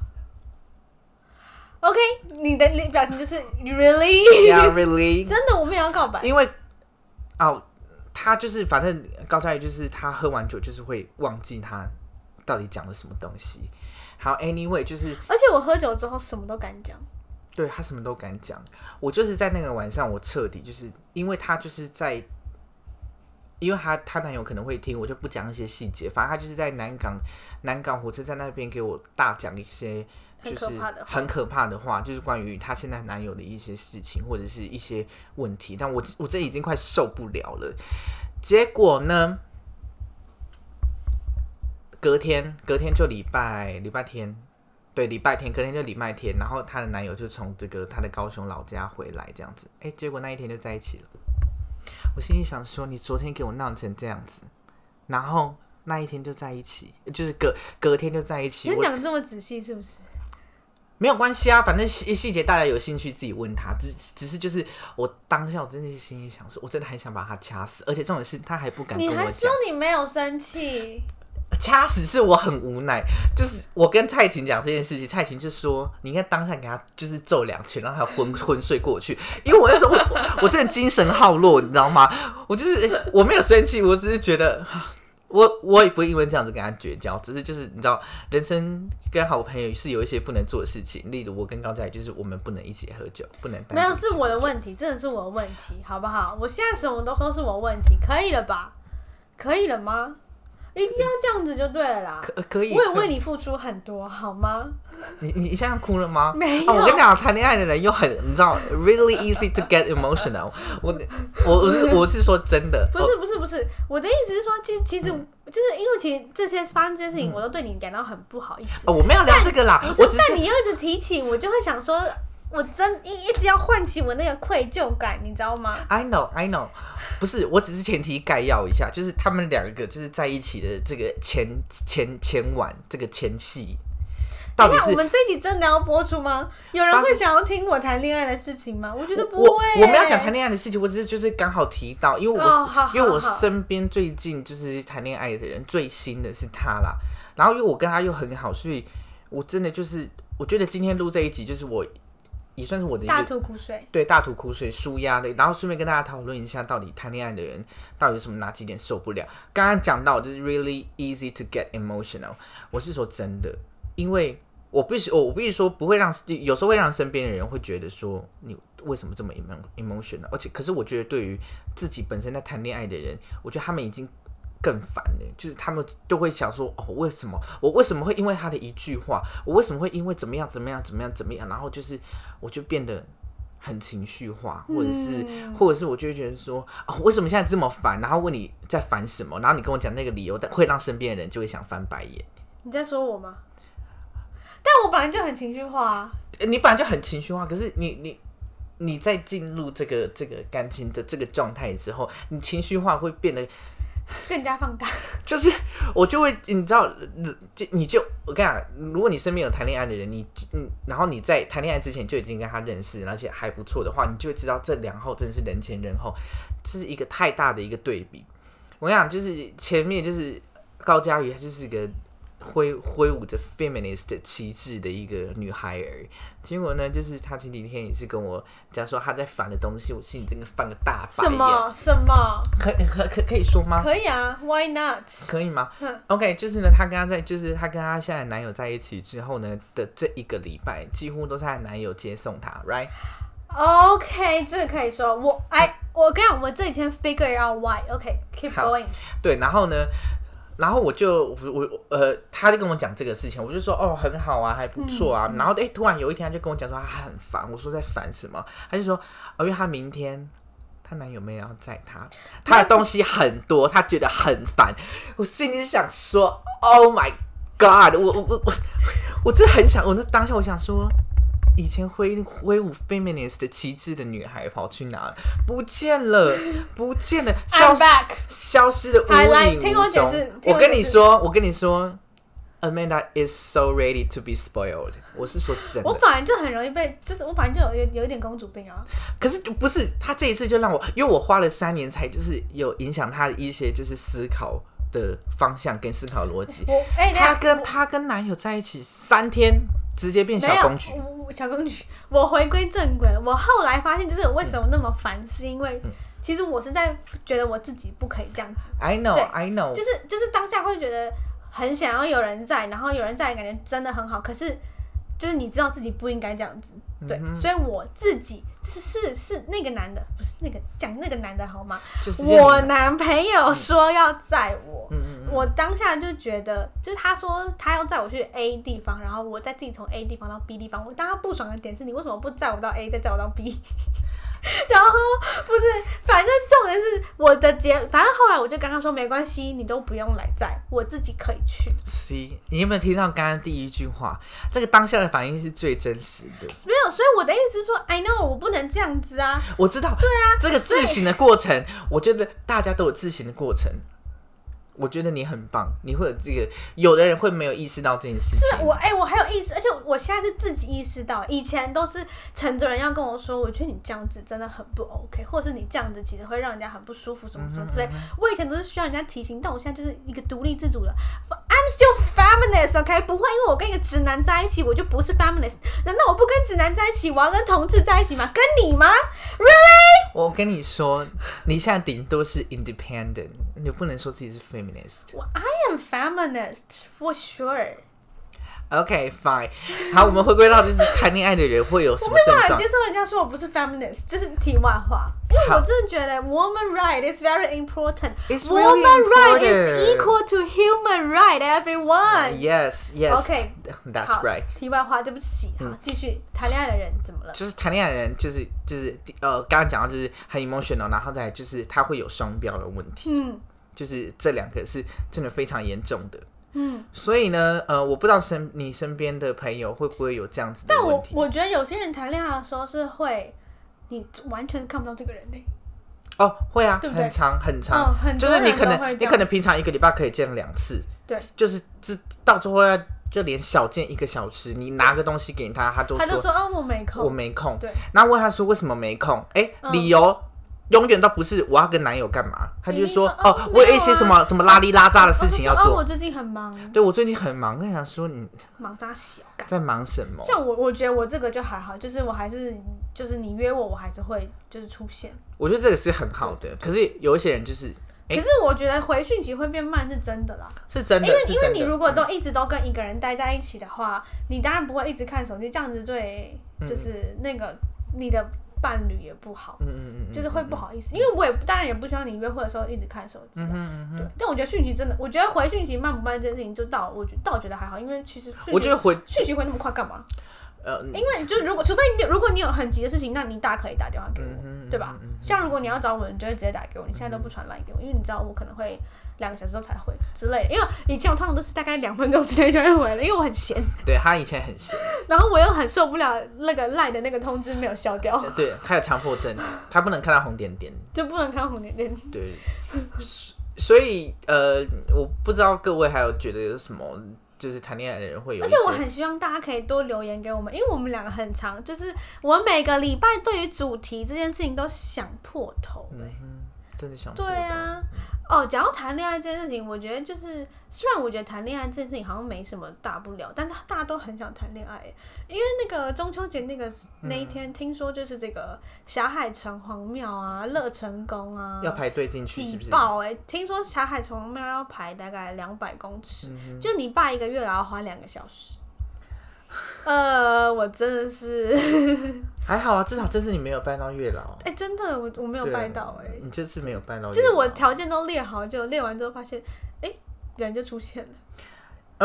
Speaker 1: OK，你的脸表情就是 you really，
Speaker 2: Yeah,
Speaker 1: [laughs]
Speaker 2: really？
Speaker 1: 真的我没有要告白，
Speaker 2: 因为哦，他就是反正高佳宇就是他喝完酒就是会忘记他到底讲了什么东西。好，anyway，就是
Speaker 1: 而且我喝酒之后什么都敢讲，
Speaker 2: 对他什么都敢讲。我就是在那个晚上，我彻底就是因为他就是在，因为他他男友可能会听，我就不讲一些细节。反正他就是在南港南港火车站那边给我大讲一些。就
Speaker 1: 很
Speaker 2: 是
Speaker 1: 可怕的话
Speaker 2: 很可怕的话，就是关于她现在男友的一些事情或者是一些问题，但我我这已经快受不了了。结果呢，隔天隔天就礼拜礼拜天，对，礼拜天，隔天就礼拜天，然后她的男友就从这个她的高雄老家回来，这样子，哎、结果那一天就在一起了。我心里想说，你昨天给我闹成这样子，然后那一天就在一起，就是隔隔天就在一起，
Speaker 1: 你
Speaker 2: 我
Speaker 1: 讲得这么仔细是不是？
Speaker 2: 没有关系啊，反正细细节大家有兴趣自己问他。只只是就是我当下我真的是心里想说，我真的很想把他掐死，而且重点是他还不敢跟
Speaker 1: 你还
Speaker 2: 我
Speaker 1: 说
Speaker 2: 讲。
Speaker 1: 你没有生气，
Speaker 2: 掐死是我很无奈，就是我跟蔡琴讲这件事情，蔡琴就说你应该当下给他就是揍两拳，让他昏昏睡过去。因为我那时候 [laughs] 我我真的精神耗弱，你知道吗？我就是我没有生气，我只是觉得。啊我我也不会因为这样子跟他绝交，只是就是你知道，人生跟好朋友是有一些不能做的事情，例如我跟高佳宇就是我们不能一起喝酒，不能单独
Speaker 1: 没有
Speaker 2: 一起
Speaker 1: 是我的问题，真的是我的问题，好不好？我现在什么都说是我问题，可以了吧？可以了吗？一定要这样子就对了啦。
Speaker 2: 可可以，
Speaker 1: 我也
Speaker 2: 可
Speaker 1: 为你付出很多，好吗？
Speaker 2: 你你你现在哭了吗？
Speaker 1: 没
Speaker 2: 啊我跟
Speaker 1: 有
Speaker 2: 你讲，谈恋爱的人又很，你知道，really easy to get emotional [laughs] 我。我我是我是说真的，
Speaker 1: 不
Speaker 2: 我
Speaker 1: 是不是不是，我的意思是说，其实其实、
Speaker 2: 嗯
Speaker 1: 就是因为其实这些发生这些事情，我都对你感到很不好意思。
Speaker 2: 哦，我没有聊这个啦
Speaker 1: 不，是
Speaker 2: 我只
Speaker 1: 但
Speaker 2: 是
Speaker 1: 你又一直提起，我就会想说，我真一一直要唤起我那个愧疚感，你知道吗？
Speaker 2: I know I know，不是，我只是前提概要一下，就是他们两个就是在一起的这个前前前晚这个前戏，到底
Speaker 1: 等一下
Speaker 2: 是
Speaker 1: 我们这一集真的要播出吗？有人
Speaker 2: 发
Speaker 1: 会
Speaker 2: 生
Speaker 1: 想要听我谈恋爱的事情吗？我觉得不会、
Speaker 2: 我
Speaker 1: 欸
Speaker 2: 我没有讲谈恋爱的事情，我只是就是刚好提到，因为我、
Speaker 1: 哦好好
Speaker 2: 因为我
Speaker 1: 好
Speaker 2: 身边最近就是谈恋爱的人最新的是他啦，然后因为我跟他又很好，所以我真的就是我觉得今天录这一集就是我也算是我的一
Speaker 1: 大
Speaker 2: 个
Speaker 1: 吐苦水。
Speaker 2: 对大吐苦水、舒压的，然后顺便跟大家讨论一下，到底谈恋爱的人到底有什么哪几点受不了。刚刚讲到就是 really easy to get emotional，我是说真的，因为我必须我我必须说不会让有时候会让身边的人会觉得说你为什么这么 emo emotional，而且可是我觉得对于自己本身在谈恋爱的人，我觉得他们已经。更烦了，就是他们就会想说，哦，为什么我为什么会因为他的一句话，我为什么会因为怎么样怎么样怎么样怎么样，然后就是我就变得很情绪化，或者是、或者是我就会觉得说啊、为什么现在这么烦？然后问你在烦什么，然后你跟我讲那个理由，但会让身边的人就会想翻白眼。
Speaker 1: 你在说我吗？但我本来就很情绪化啊。
Speaker 2: 呃你本来就很情绪化，可是你你你在进入这个这个感情的这个状态之后，你情绪化会变得
Speaker 1: 更加放大。
Speaker 2: 就是我就会，你知道，嗯就你就我跟你讲，如果你身边有谈恋爱的人，你嗯，然后你在谈恋爱之前就已经跟他认识，而且还不错的话，你就会知道这两后真的是人前人后，这是一个太大的一个对比。我跟你讲，就是前面就是高佳瑜，她就是个挥挥舞着 feminist 的旗帜的一个女孩儿，结果呢，就是她前几天也是跟我讲说她在烦的东西，我心里真的翻个大白
Speaker 1: 什
Speaker 2: 眼。啊
Speaker 1: 么什么？
Speaker 2: 可可可可以说吗？
Speaker 1: 可以啊，Why not？
Speaker 2: 可以吗
Speaker 1: 嗯
Speaker 2: ？OK，就是呢，她跟她在，就是她跟她现在的男友在一起之后呢的这一个礼拜，几乎都是她的男友接送她，right？
Speaker 1: OK，这个可以说我哎，我跟你讲，我这几天 figure out why。OK，keep、
Speaker 2: 好
Speaker 1: going。
Speaker 2: 对，然后呢，然后我就我我呃，她就跟我讲这个事情，我就说哦，很好啊，还不错啊。然后诶，突然有一天她就跟我讲说她很烦，我说在烦什么？她就说哦，因为她明天。她男友没有要载她，她的东西很多，她觉得很烦。我心里想说，Oh my God！我我我我我真的很想，我那当下我想说，以前挥挥舞 feminist 的旗帜的女孩跑去哪了？不见了，不见了，消
Speaker 1: I'm
Speaker 2: 失
Speaker 1: back。
Speaker 2: 消失的无
Speaker 1: 好来
Speaker 2: 影
Speaker 1: 听我
Speaker 2: 无
Speaker 1: 解释
Speaker 2: 踪。
Speaker 1: 听我
Speaker 2: 我跟
Speaker 1: 解
Speaker 2: 你
Speaker 1: 释
Speaker 2: 说，我跟你说，Amanda is so ready to be spoiled。我是说真
Speaker 1: 我
Speaker 2: 的，
Speaker 1: 本来就很容易被，就是我本来就有有有一点公主病啊。
Speaker 2: 可是就不是他这一次就让我，因为我花了三年才就是有影响他的一些就是思考的方向跟思考逻
Speaker 1: [laughs]
Speaker 2: 辑。
Speaker 1: 我哎，
Speaker 2: 她
Speaker 1: 那
Speaker 2: 跟她跟男友在一起三天，直接变
Speaker 1: 没
Speaker 2: 小
Speaker 1: 有
Speaker 2: 公举。
Speaker 1: 我我小公举，我回归正轨。我后来发现，就是我为什么那么烦，是因为
Speaker 2: 嗯
Speaker 1: 其实我是在觉得我自己不可以这样子，
Speaker 2: I know,
Speaker 1: 对
Speaker 2: I know
Speaker 1: 就。是就是当下会觉得很想要有人在，然后有人在感觉真的很好，可是就是你知道自己不应该这样子，对，所以我自己是是是那个男的，不是那个讲那个男的好吗？
Speaker 2: 就是
Speaker 1: 我男朋友说要载我。
Speaker 2: 嗯嗯
Speaker 1: 我当下就觉得，就是他说他要载我去 A 地方，然后我再自己从 A 地方到 B 地方。我当他不爽的点是你为什么不载我到 A，再载我到 B？然后不是，反正重点是我的结，反正后来我就跟他说没关系，你都不用来载，我自己可以去。
Speaker 2: C，你有没有听到刚刚第一句话？这个当下的反应是最真实的。
Speaker 1: 没有，所以我的意思是说，I know 我不能这样子啊。
Speaker 2: 我知道，对啊，这个
Speaker 1: 所以
Speaker 2: 自省的过程，我觉得大家都有自省的过程。我觉得你很棒，你会有这个，有的人会没有意识到这件事情。
Speaker 1: 是我哎、我还有意识，而且我现在是自己意识到，以前都是承责人要跟我说，我觉得你这样子真的很不 OK，或者是你这样子其实会让人家很不舒服，什么什么之类。我以前都是需要人家提醒，但我现在就是一个独立自主的，I'm still feminist，OK，、不会因为我跟一个直男在一起，我就不是 feminist，难道我不跟直男在一起，我要跟同志在一起吗？跟你吗？Really？
Speaker 2: 我跟你说，你现在顶多是 independent，你不能说自己是 feminist。
Speaker 1: 我 I am feminist for sure。
Speaker 2: OK，fine、好，我们回归到就是谈恋爱的人会有什
Speaker 1: 我
Speaker 2: 么
Speaker 1: 没
Speaker 2: 症
Speaker 1: 办法
Speaker 2: 状
Speaker 1: 接？受人家说我不是 feminist，这是题外话。因为我真的觉得 woman right is very important.
Speaker 2: It's really
Speaker 1: woman right is
Speaker 2: important.
Speaker 1: equal to human right, everyone.
Speaker 2: Yes, yes.
Speaker 1: OK，
Speaker 2: that's
Speaker 1: 好
Speaker 2: right.，嗯
Speaker 1: 题外话，对不起。好，继续谈恋爱的人怎么了？
Speaker 2: 就是谈恋爱的人、就是，就是呃，刚刚讲到就是很 emotional，然后再来就是他会有双标的问题，
Speaker 1: 嗯
Speaker 2: 就是这两个是真的非常严重的。
Speaker 1: 嗯，
Speaker 2: 所以呢，呃，我不知道身你身边的朋友会不会有这样子的
Speaker 1: 但
Speaker 2: 问
Speaker 1: 我
Speaker 2: 题。
Speaker 1: 我觉得有些人谈恋爱的时候是会，你完全看不到这个人的、
Speaker 2: 哦，会啊，
Speaker 1: 对不对
Speaker 2: 很长很长，
Speaker 1: 嗯很
Speaker 2: 就
Speaker 1: 多
Speaker 2: 是你
Speaker 1: 人
Speaker 2: 可
Speaker 1: 都会
Speaker 2: 能
Speaker 1: 这
Speaker 2: 你
Speaker 1: 样
Speaker 2: 可能平常一个礼拜可以见两次，
Speaker 1: 对，
Speaker 2: 就是这到最后要就连小见一个小时，你拿个东西给他，他都
Speaker 1: 他就
Speaker 2: 说
Speaker 1: 说：“哦，我没空。”
Speaker 2: 我没空。
Speaker 1: 对，
Speaker 2: 然后问他说为什么没空？哎、
Speaker 1: 嗯
Speaker 2: 理由永远都不是我要跟男友干嘛，他就是说
Speaker 1: 你就说
Speaker 2: 哦
Speaker 1: 哦，
Speaker 2: 我有一
Speaker 1: 没
Speaker 2: 些
Speaker 1: 有啊
Speaker 2: 什么什么拉里拉扎的事情要
Speaker 1: 哦就说哦我
Speaker 2: 做。
Speaker 1: 最近很忙，
Speaker 2: 对我最近很忙，跟想说你
Speaker 1: 忙啥小干。
Speaker 2: 在忙什么？
Speaker 1: 像我，我觉得我这个就还好，就是我还是就是你约我，我还是会就是出现。
Speaker 2: 我觉得这个是很好的，可是有一些人就是哎
Speaker 1: 可是我觉得回讯息会变慢是真的啦，
Speaker 2: 是真的，
Speaker 1: 因为
Speaker 2: 是
Speaker 1: 因为
Speaker 2: 真
Speaker 1: 你
Speaker 2: 的嗯
Speaker 1: 如果都一直都跟一个人待在一起的话，你当然不会一直看手机，这样子对就是那个你的伴侣也不好，
Speaker 2: 嗯嗯嗯嗯，
Speaker 1: 就是会不好意思。因为我也当然也不希望你约会的时候一直看手机啊、
Speaker 2: 嗯哼嗯哼
Speaker 1: 对，但我觉得讯息真的，我觉得回讯息慢不慢这件事情，就到我觉倒觉得还好，因为其实
Speaker 2: 我觉
Speaker 1: 得
Speaker 2: 得回
Speaker 1: 讯息会那么快干嘛？
Speaker 2: 呃
Speaker 1: 因为就如果除非你有如果你有很急的事情，那你大可以打电话给我，
Speaker 2: 嗯
Speaker 1: 对吧？像如果你要找我，你就会直接打给我，你现在都不传来给我，因为你知道我可能会两个小时后才回之类的。因为以前我通常都是大概两分钟之内就会回了，因为我很闲，
Speaker 2: 对他以前很闲，
Speaker 1: 然后我又很受不了那个赖的那个通知没有消掉， [laughs]
Speaker 2: 对他有强迫症，啊他不能看到红点点，
Speaker 1: 就不能看红点点。
Speaker 2: 对，所所以呃，我不知道各位还有觉得有什么，就是谈恋爱的人会有
Speaker 1: 而
Speaker 2: 一
Speaker 1: 且
Speaker 2: 些，
Speaker 1: 我很希望大家可以多留言给我们，因为我们两个很长，就是我每个礼拜对于主题这件事情都想破头、欸。
Speaker 2: 嗯哼，真的想
Speaker 1: 对
Speaker 2: 过的，
Speaker 1: 啊，哦，讲到谈恋爱这件事情，我觉得就是，虽然我觉得谈恋爱这件事情好像没什么大不了，但是大家都很想谈恋爱，因为那个中秋节那个
Speaker 2: 嗯
Speaker 1: 那一天，听说就是这个霞海城隍庙啊、乐成宫啊，
Speaker 2: 要排队进去是
Speaker 1: 挤
Speaker 2: 不是？
Speaker 1: 爆哎、听说霞海城隍庙要排大概两百公尺，
Speaker 2: 嗯
Speaker 1: 就你拜一个月，然后花两个小时。呃，我真的是，
Speaker 2: 还好啊，至少这次你没有办到月老，
Speaker 1: 哎、真的，我我没有
Speaker 2: 对啊
Speaker 1: 拜到哎、
Speaker 2: 你这次没有办到月老，
Speaker 1: 就是我条件都列好，就列完之后发现，哎、人就出现了。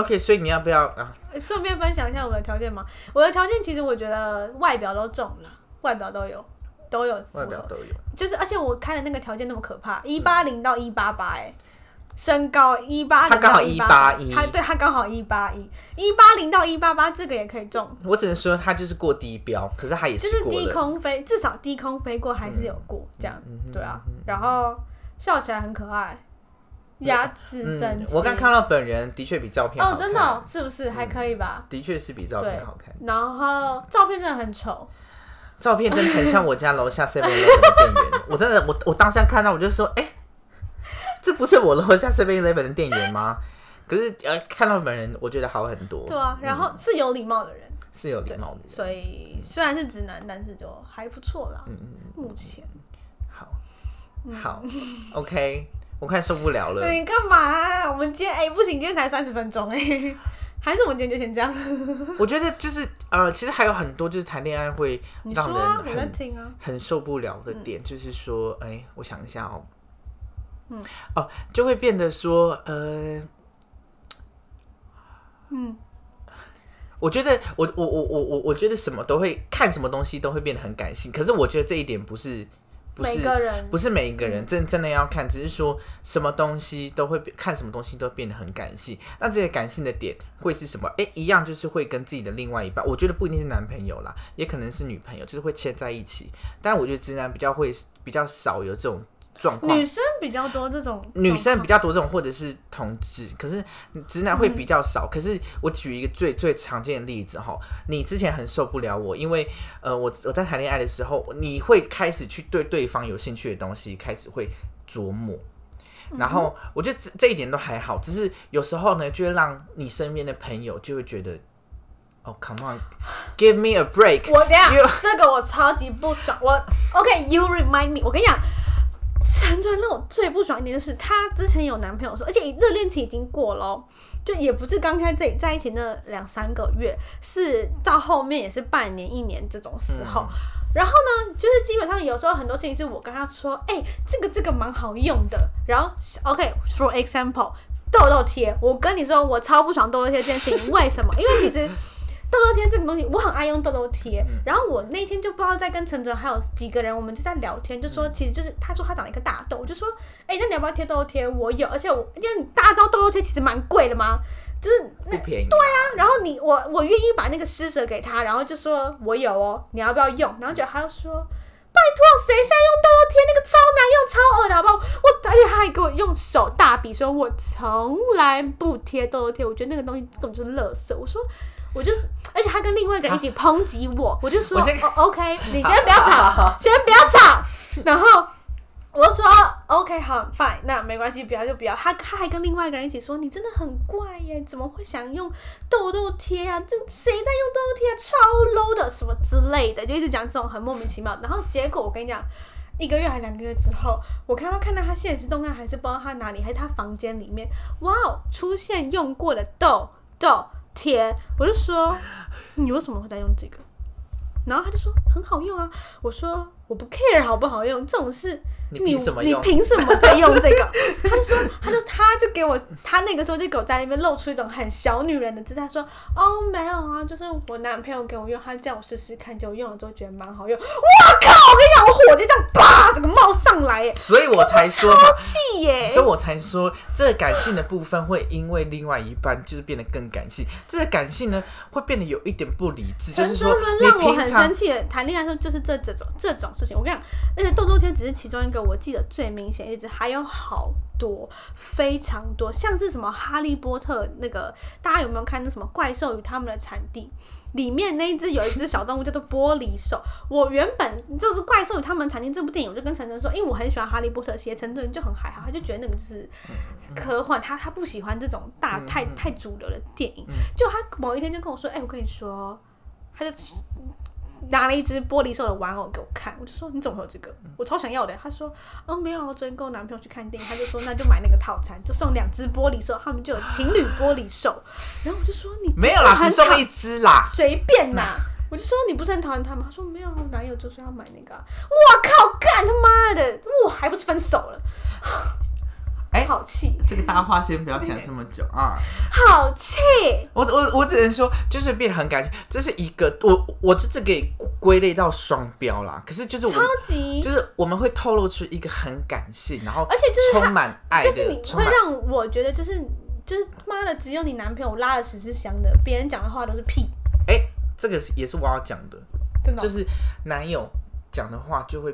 Speaker 2: OK，所以你要不要啊？
Speaker 1: 诶顺便分享一下我的条件嘛，我的条件其实我觉得外表都中了，外表都有，都有符
Speaker 2: 外表
Speaker 1: 合，
Speaker 2: 都有，
Speaker 1: 就是而且我开的那个条件那么可怕，一八零到一八八，哎，身高一八
Speaker 2: 他
Speaker 1: 零
Speaker 2: 刚好
Speaker 1: 到
Speaker 2: 181
Speaker 1: 他对他刚好一八一，一八零到一八八这个也可以中，
Speaker 2: 我只能说他就是过低标，可是他也
Speaker 1: 就是
Speaker 2: 过
Speaker 1: 低
Speaker 2: 了。
Speaker 1: 空飞，至少低空飞过还是有过、这样，
Speaker 2: 嗯哼
Speaker 1: 对啊，然后笑起来很可爱，牙齿整
Speaker 2: 嗯
Speaker 1: 齐，，
Speaker 2: 我刚看到本人的确比照片好
Speaker 1: 哦，
Speaker 2: 看嗯
Speaker 1: 真的哦、是不是还可以吧？
Speaker 2: 的确是比照片好看。
Speaker 1: 然后照片真的很丑，
Speaker 2: 照片真的很像我家楼下 seven eleven 的店员，我真的我我当下看到我就说，哎、这不是我楼下 seven eleven 的店员吗？可是呃，看到本人我嗯觉得好很多，
Speaker 1: 对啊，然后是有礼貌的人，
Speaker 2: 是有礼貌的人。
Speaker 1: 所以虽然是直男，但是就还不错啦。
Speaker 2: 嗯
Speaker 1: 目前
Speaker 2: 好，
Speaker 1: 嗯
Speaker 2: 好，OK，我快受不了了。
Speaker 1: 你干嘛啊、我们今天哎、不行，今天才三十分钟哎、 [laughs] 还是我们今天就先这样？
Speaker 2: 我觉得就是呃，其实还有很多就是谈恋爱会
Speaker 1: 你说
Speaker 2: 让人
Speaker 1: 啊，我在
Speaker 2: 很
Speaker 1: 听啊。
Speaker 2: 很受不了的点，就是说，哎、我想一下哦，嗯，哦，就会变得说，呃，
Speaker 1: 嗯，
Speaker 2: 我觉得我我我我我我觉得什么都会看什么东西都会变得很感性，可是我觉得这一点不是不
Speaker 1: 每
Speaker 2: 是
Speaker 1: 个人
Speaker 2: 不是每一个人真真的要看，只是说什么东西都会变看什么东西都变得很感性。那这些感性的点会是什么？诶，一样就是会跟自己的另外一半，我觉得不一定是男朋友啦，也可能是女朋友，就是会牵在一起。但我觉得直男比较会比较少有这种状况
Speaker 1: 女，生比较多这种，
Speaker 2: 女生比较多这种，或者是同志，可是直男会比较少。
Speaker 1: 嗯
Speaker 2: 可是我举一个最最常见的例子哈，你之前很受不了我，因为呃，我我在谈恋爱的时候，你会开始去对对方有兴趣的东西开始会琢
Speaker 1: 嗯
Speaker 2: 磨。然后我觉得这这一点都还好，只是有时候呢，就会让你身边的朋友就会觉得，哦、c o m e on，give me a break，
Speaker 1: 我等一下
Speaker 2: You-
Speaker 1: 这个我超级不爽。我 OK，you、remind me。我跟你讲，陈川让我最不爽一点就是，她之前有男朋友说，而且热恋期已经过了哦，就也不是刚开始在一起那两三个月，是到后面也是半年一年这种时候。然后呢，就是基本上有时候很多事情是我跟他说，哎、这个这个蛮好用的。然后，OK，for、example，痘痘贴，我跟你说，我超不爽痘痘贴这件事情，为什么？因为其实痘痘贴这个东西，我很爱用痘痘贴。然后我那天就不知道在跟陈哲还有几个人，我们就在聊天，就说其实就是他说他长了一个大痘，我就说，哎、那你要不要贴痘痘贴？我有，而且我因为大家知道痘痘贴其实蛮贵的嘛，就是那
Speaker 2: 不便宜，对啊，
Speaker 1: 然后你我我愿意把那个施舍给他，然后就说我有哦，你要不要用？然后就他就说，拜托，谁现在用痘痘贴？那个超难用、超恶的，好不好？我而且他还给我用手大笔说，我从来不贴痘痘贴，我觉得那个东西根本就是垃圾。我说。我就是，而且他跟另外一个人一起抨击我，我就说
Speaker 2: 我先
Speaker 1: 哦，OK，你先不要吵，先不要吵。然后我就说 OK 好 fine，那没关系，不要就不要。他他还跟另外一个人一起说，你真的很怪耶，怎么会想用痘痘贴啊？这谁在用痘痘贴、啊？超 low 的什么之类的，就一直讲这种很莫名其妙。然后结果我跟你讲，一个月还两个月之后，我看到看到他现实动态，还是不知道他哪里，还是他房间里面，哇哦，出现用过的痘痘贴，我就说你为什么会在用这个？然后他就说很好用啊，我说我不 care 好不好用，这种事
Speaker 2: 你
Speaker 1: 你
Speaker 2: 凭什么
Speaker 1: 你
Speaker 2: 用？
Speaker 1: 凭什么在用这
Speaker 2: [laughs]
Speaker 1: 个？他就说，他就他就给我，他那个时候就给我在那边露出一种很小女人的姿态，说哦没有啊，就是我男朋友给我用，他叫我试试看，就用了之后觉得蛮好用。我靠！我跟你讲，我火就这样啪，整个冒上来耶，
Speaker 2: 所以我才说嘛
Speaker 1: 超气耶！
Speaker 2: 所以我才说，这个感性的部分会因为另外一半就是变得更感性，这个感性呢会变得有一点不理智，就
Speaker 1: 陈
Speaker 2: 是
Speaker 1: 哲
Speaker 2: 说
Speaker 1: 伦
Speaker 2: 你
Speaker 1: 让我
Speaker 2: 平
Speaker 1: 很
Speaker 2: 常
Speaker 1: 生气的，谈恋爱的时候就是这这种这种事情。我跟你讲，而且痘痘贴只是其中一个，我记得最明显一直还有好多非常多，像是什么哈利波特那个，大家有没有看那什么怪兽与他们的产地？里面那一只有一只小动物叫做玻璃手，我原本就是《怪兽与他们的产地》这部电影，我就跟陈晨说，因为我很喜欢哈利波特系列，陈晨就很还好，他就觉得那个就是
Speaker 2: 嗯
Speaker 1: 科幻，他他不喜欢这种大太太主流的电
Speaker 2: 嗯
Speaker 1: 影。就他某一天就跟我说：“哎、我跟你说，他就拿了一只玻璃兽的玩偶给我看，我就说你怎么会有这个？
Speaker 2: 嗯
Speaker 1: 我超想要的。他说哦没有，我昨天跟我男朋友去看电影，他就说那就买那个套餐，就送两只玻璃兽，他们就有情侣玻璃
Speaker 2: [laughs]
Speaker 1: 兽。然后我就说你不
Speaker 2: 没有
Speaker 1: 是
Speaker 2: 啦，
Speaker 1: 很
Speaker 2: 只送
Speaker 1: 讨
Speaker 2: 一只啦。
Speaker 1: [laughs] 随便
Speaker 2: [laughs]
Speaker 1: 啦。我就说你不是很讨厌他吗？他说没有，我男友就是要买那个啊、我靠，干他妈的，我还不是分手了？
Speaker 2: 哎
Speaker 1: 好气，
Speaker 2: 这个大话先不要讲这么久啊！
Speaker 1: 好气！
Speaker 2: 我我我只能说，就是变得很感性，这是一个我我就这个也归类到双标啦。可是就是我
Speaker 1: 超
Speaker 2: 们
Speaker 1: 级
Speaker 2: 就是我们会透露出一个很感性，然后
Speaker 1: 而且哎就是他
Speaker 2: 充满爱的，
Speaker 1: 就是你
Speaker 2: 充
Speaker 1: 会
Speaker 2: 满
Speaker 1: 让我觉得就是就是妈的，只有你男朋友拉了十支香的，别人讲的话都是屁，
Speaker 2: 哎、这个是也是我要讲的，
Speaker 1: 真的哦、
Speaker 2: 就是男友讲的话就会，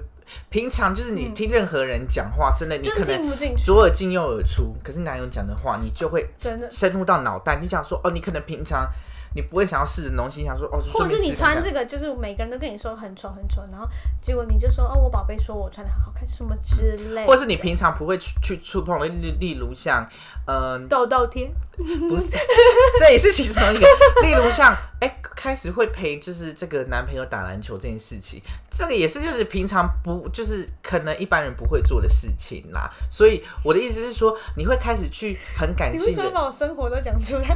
Speaker 2: 平常就是你听任何人讲话，真的你
Speaker 1: 嗯就
Speaker 2: 可
Speaker 1: 是
Speaker 2: 能
Speaker 1: 听不进去。
Speaker 2: 左耳进右耳出，可是男友讲的话你就会
Speaker 1: 真的
Speaker 2: 深入到脑袋，你想说哦，你可能平常你不会想要试的东西，想说哦，
Speaker 1: 或者是你穿
Speaker 2: 这
Speaker 1: 这个，就是每个人都跟你说很丑很丑，然后结果你就说哦，我宝贝说我穿的很好看，什么之类的，
Speaker 2: 或者是你平常不会去去触碰的，例例如像，嗯、
Speaker 1: 痘痘贴，
Speaker 2: 不是， [laughs] 这也是其中一个。例如像，哎、开始会陪就是这个男朋友打篮球这件事情，这个也是就是平常不就是可能一般人不会做的事情啦。所以我的意思是说，你会开始去很感
Speaker 1: 你为
Speaker 2: 性
Speaker 1: 什么
Speaker 2: 的，
Speaker 1: 把我生活都讲出
Speaker 2: [laughs]
Speaker 1: 来？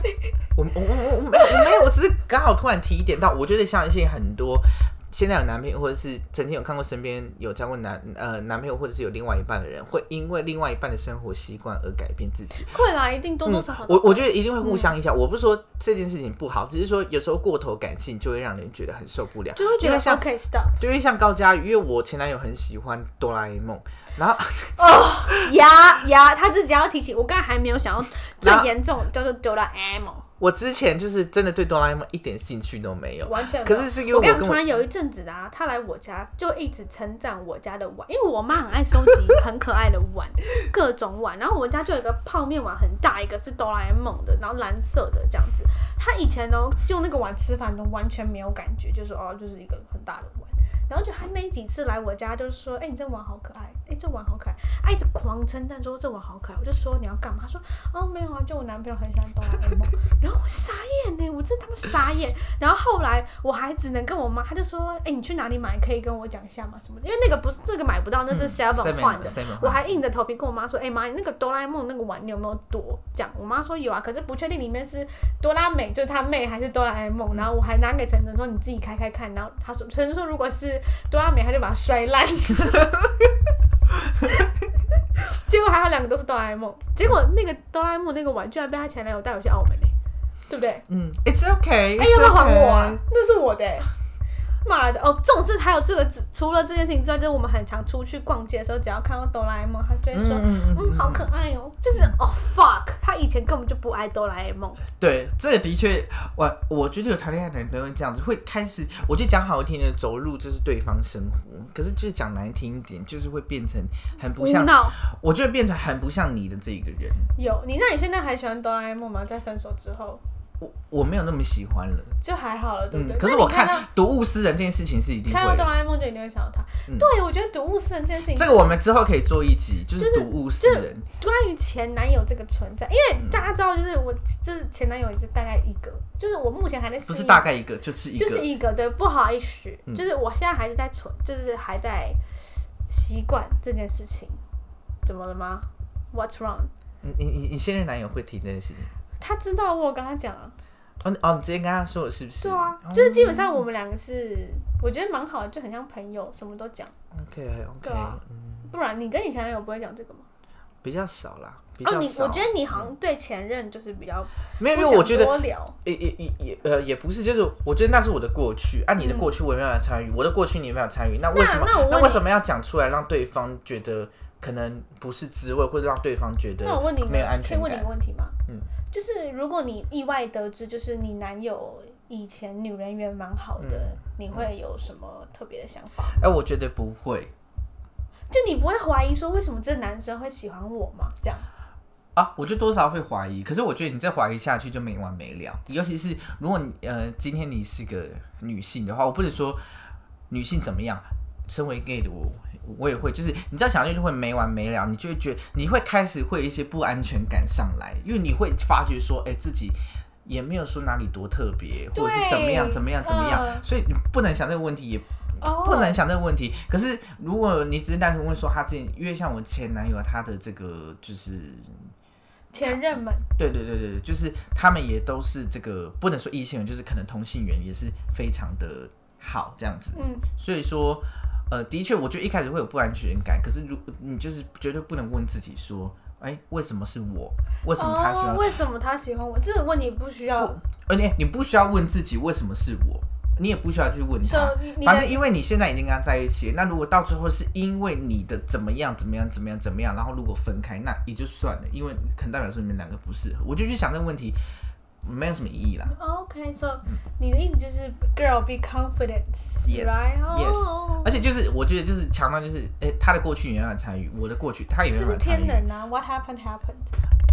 Speaker 2: 我我我我我没有我没有，我只是刚好突然提一点到，我觉得相信很多。现在有男朋友，或者是曾经有看过身边有交过男呃男朋友，或者是有另外一半的人，会因为另外一半的生活习惯而改变自己。
Speaker 1: 会啦，一定多多少少、嗯
Speaker 2: 嗯、我我觉得一定会互相影响。我不是说这件事情不好，只是说有时候过头感性就会让人觉得很受不了。
Speaker 1: 就会觉
Speaker 2: 因
Speaker 1: 得哦
Speaker 2: 为像
Speaker 1: OK stop
Speaker 2: 对，因为像高佳瑜，因为我前男友很喜欢哆啦 A 梦，然后
Speaker 1: 呀呀，他自己要提起，我刚才还没有想到最
Speaker 2: 然后
Speaker 1: 严重叫做丢了 M，
Speaker 2: 我之前就是真的对哆啦 A 梦一点兴趣都没有。
Speaker 1: 完全没
Speaker 2: 可
Speaker 1: 有
Speaker 2: 是是因为
Speaker 1: 我跟
Speaker 2: 我
Speaker 1: 你
Speaker 2: 跟
Speaker 1: 讲，
Speaker 2: 我
Speaker 1: 突然有一阵子的啊，他来我家就一直称赞我家的碗，因为我妈很爱收集很可爱的碗，各种碗。然后我们家就有一个泡面碗，很大一个是哆啦 A 梦的，然后蓝色的这样子。他以前哦用那个碗吃饭都完全没有感觉，就是哦就是一个很大的碗。然后就他那几次来我家，就是说，哎、你这碗好可爱，哎、这碗好可爱，哎、一直狂称赞说这碗好可爱。我就说你要干嘛？他说，哦，没有啊，就我男朋友很喜欢哆啦 A 梦。 [laughs] 然后我傻眼呢、我真他妈傻眼。然后后来我还只能跟我妈，她就说：“哎、你去哪里买？可以跟我讲一下吗？什么的？因为那个不是这个买不到，那是嗯 Seven 换的。
Speaker 2: Seven
Speaker 1: 我还硬着头皮跟我妈说：“哎、妈，你那个哆啦 A 梦那个碗你有没有多？”这样，我妈说有啊，可是不确定里面是哆啦美，就是她妹还是哆啦 A 梦。
Speaker 2: 嗯
Speaker 1: 然后我还拿给晨晨说：“你自己开开看。”然后她说：“晨晨说如果是哆啦美，她就把它摔烂。”结果还好两个都是哆啦 A 梦，结果那个哆啦 A 梦那个碗居然被她前男友带回去澳门嘞、对不对？
Speaker 2: 嗯，It's okay，
Speaker 1: 哎、要不要还我、啊
Speaker 2: it's okay？
Speaker 1: 那是我的、欸。妈的！哦，这种事还有这个，只除了这件事情之外，就是我们很常出去逛街的时候，只要看到哆啦 A 梦，他就会说：“
Speaker 2: 嗯嗯
Speaker 1: 嗯，好可爱哦。”就是哦，fuck，他以前根本就不爱哆啦 A 梦，
Speaker 2: 对，这个的确，我我觉得有谈恋爱的人都会这样子，会开始，我就讲好听的，走入就是对方生活，可是就是讲难听一点，就是会变成很不
Speaker 1: 无
Speaker 2: 像，
Speaker 1: 脑。
Speaker 2: 我觉得变成很不像你的这一个人。
Speaker 1: 有你，那你现在还喜欢哆啦 A 梦吗？在分手之后，
Speaker 2: 我我没有那么喜欢了。
Speaker 1: 就还好了，对不
Speaker 2: 嗯
Speaker 1: 对？，
Speaker 2: 可是
Speaker 1: 那你
Speaker 2: 我
Speaker 1: 看
Speaker 2: 看睹物思人这件事情是一
Speaker 1: 到
Speaker 2: 定
Speaker 1: 看到
Speaker 2: 会
Speaker 1: 哆
Speaker 2: 的。
Speaker 1: 啦 A 梦就一定会想到他。对，我觉得睹物思人这件事情，
Speaker 2: 这个我们之后可以做一集，就是睹物思
Speaker 1: 就是
Speaker 2: 人。
Speaker 1: 关于前男友这个存在，因
Speaker 2: 嗯
Speaker 1: 为大家知道，就是我就是前男友也就大概一个，就是我目前还在适
Speaker 2: 不是
Speaker 1: 应
Speaker 2: 大概一个，就是一个。
Speaker 1: 就是一个对，不好意思，
Speaker 2: 嗯
Speaker 1: 就是我现在还是在存，就是还在习惯这件事情。怎么了吗？What's wrong？
Speaker 2: 你你你你现任男友会提这件事情？
Speaker 1: 他知道我有跟他讲啊，
Speaker 2: 哦你哦，你直接跟他说了是不是？
Speaker 1: 对啊
Speaker 2: 哦，
Speaker 1: 就是基本上我们两个是，我觉得蛮好的，就很像朋友，什么都讲。
Speaker 2: OK OK，嗯
Speaker 1: 对啊不然你跟你前男友不会讲这个吗？
Speaker 2: 比较少啦，比
Speaker 1: 哦，
Speaker 2: 较
Speaker 1: 你
Speaker 2: 少。
Speaker 1: 我觉得你好像对前任就是比较
Speaker 2: 没有，因
Speaker 1: 不
Speaker 2: 为
Speaker 1: 想
Speaker 2: 我觉得
Speaker 1: 多聊，
Speaker 2: 也也也也呃也不是，就是我觉得那是我的过去，啊，你的过去我也没有参与，我的过去你也没有参与，那为什么
Speaker 1: 嗯那我问你
Speaker 2: 为什么要讲出来，让对方觉得可能不是滋味，或者让对方觉得
Speaker 1: 那我问你一个，
Speaker 2: 没有安全
Speaker 1: 可以问你
Speaker 2: 感？
Speaker 1: 个问题吗？
Speaker 2: 嗯，
Speaker 1: 就是如果你意外得知，就是你男友以前女人缘蛮好的，你会有什么特别的想法？
Speaker 2: 哎、我觉得不会
Speaker 1: 就你不会怀疑说为什么这男生会喜欢我吗？这样，
Speaker 2: 啊，我就多少会怀疑，可是我觉得你再怀疑下去就没完没了，尤其是如果你呃今天你是个女性的话，我不能说女性怎么样。身为 gay 的我，我也会，就是你这样想下去就会没完没了，你就会觉得你会开始会有一些不安全感上来，因为你会发觉说，哎、自己也没有说哪里多特别，
Speaker 1: 对
Speaker 2: 或者是怎么样怎么样怎么样，
Speaker 1: 嗯
Speaker 2: 所以你不能想这个问题，也
Speaker 1: 哦
Speaker 2: 不能想这个问题。可是如果你只是单纯问说他自己，因为像我前男友他的这个就是。
Speaker 1: 前任们，
Speaker 2: 对对对对对，就是他们也都是这个不能说异性缘，就是可能同性缘也是非常的好这样子。
Speaker 1: 嗯，
Speaker 2: 所以说，呃，的确，我觉得一开始会有不安全感，可是如你就是绝对不能问自己说，哎、为什么是我？为什么他需要？
Speaker 1: 哦、为什么他喜欢我？这个问题不需要
Speaker 2: 而且你不需要问自己为什么是我，你也不需要去问他
Speaker 1: So，你你的。
Speaker 2: 反正因为你现在已经跟他在一起，那如果到最后是因为你的怎么样怎么样怎么样怎么样，然后如果分开，那也就算了，因为可能代表说你们两个不适合。我就去想这个问题，没有什么意
Speaker 1: 嗯
Speaker 2: 义啦。
Speaker 1: OK，so、你的意思就是 girl be
Speaker 2: Yes，
Speaker 1: confident，right？哦
Speaker 2: yes 而且就是我觉得就是强调就是，哎、他的过去你没办法参与，我的过去他也没
Speaker 1: 就
Speaker 2: 办
Speaker 1: 是
Speaker 2: 法参
Speaker 1: 天
Speaker 2: 与。
Speaker 1: 冷啊，What happened happened。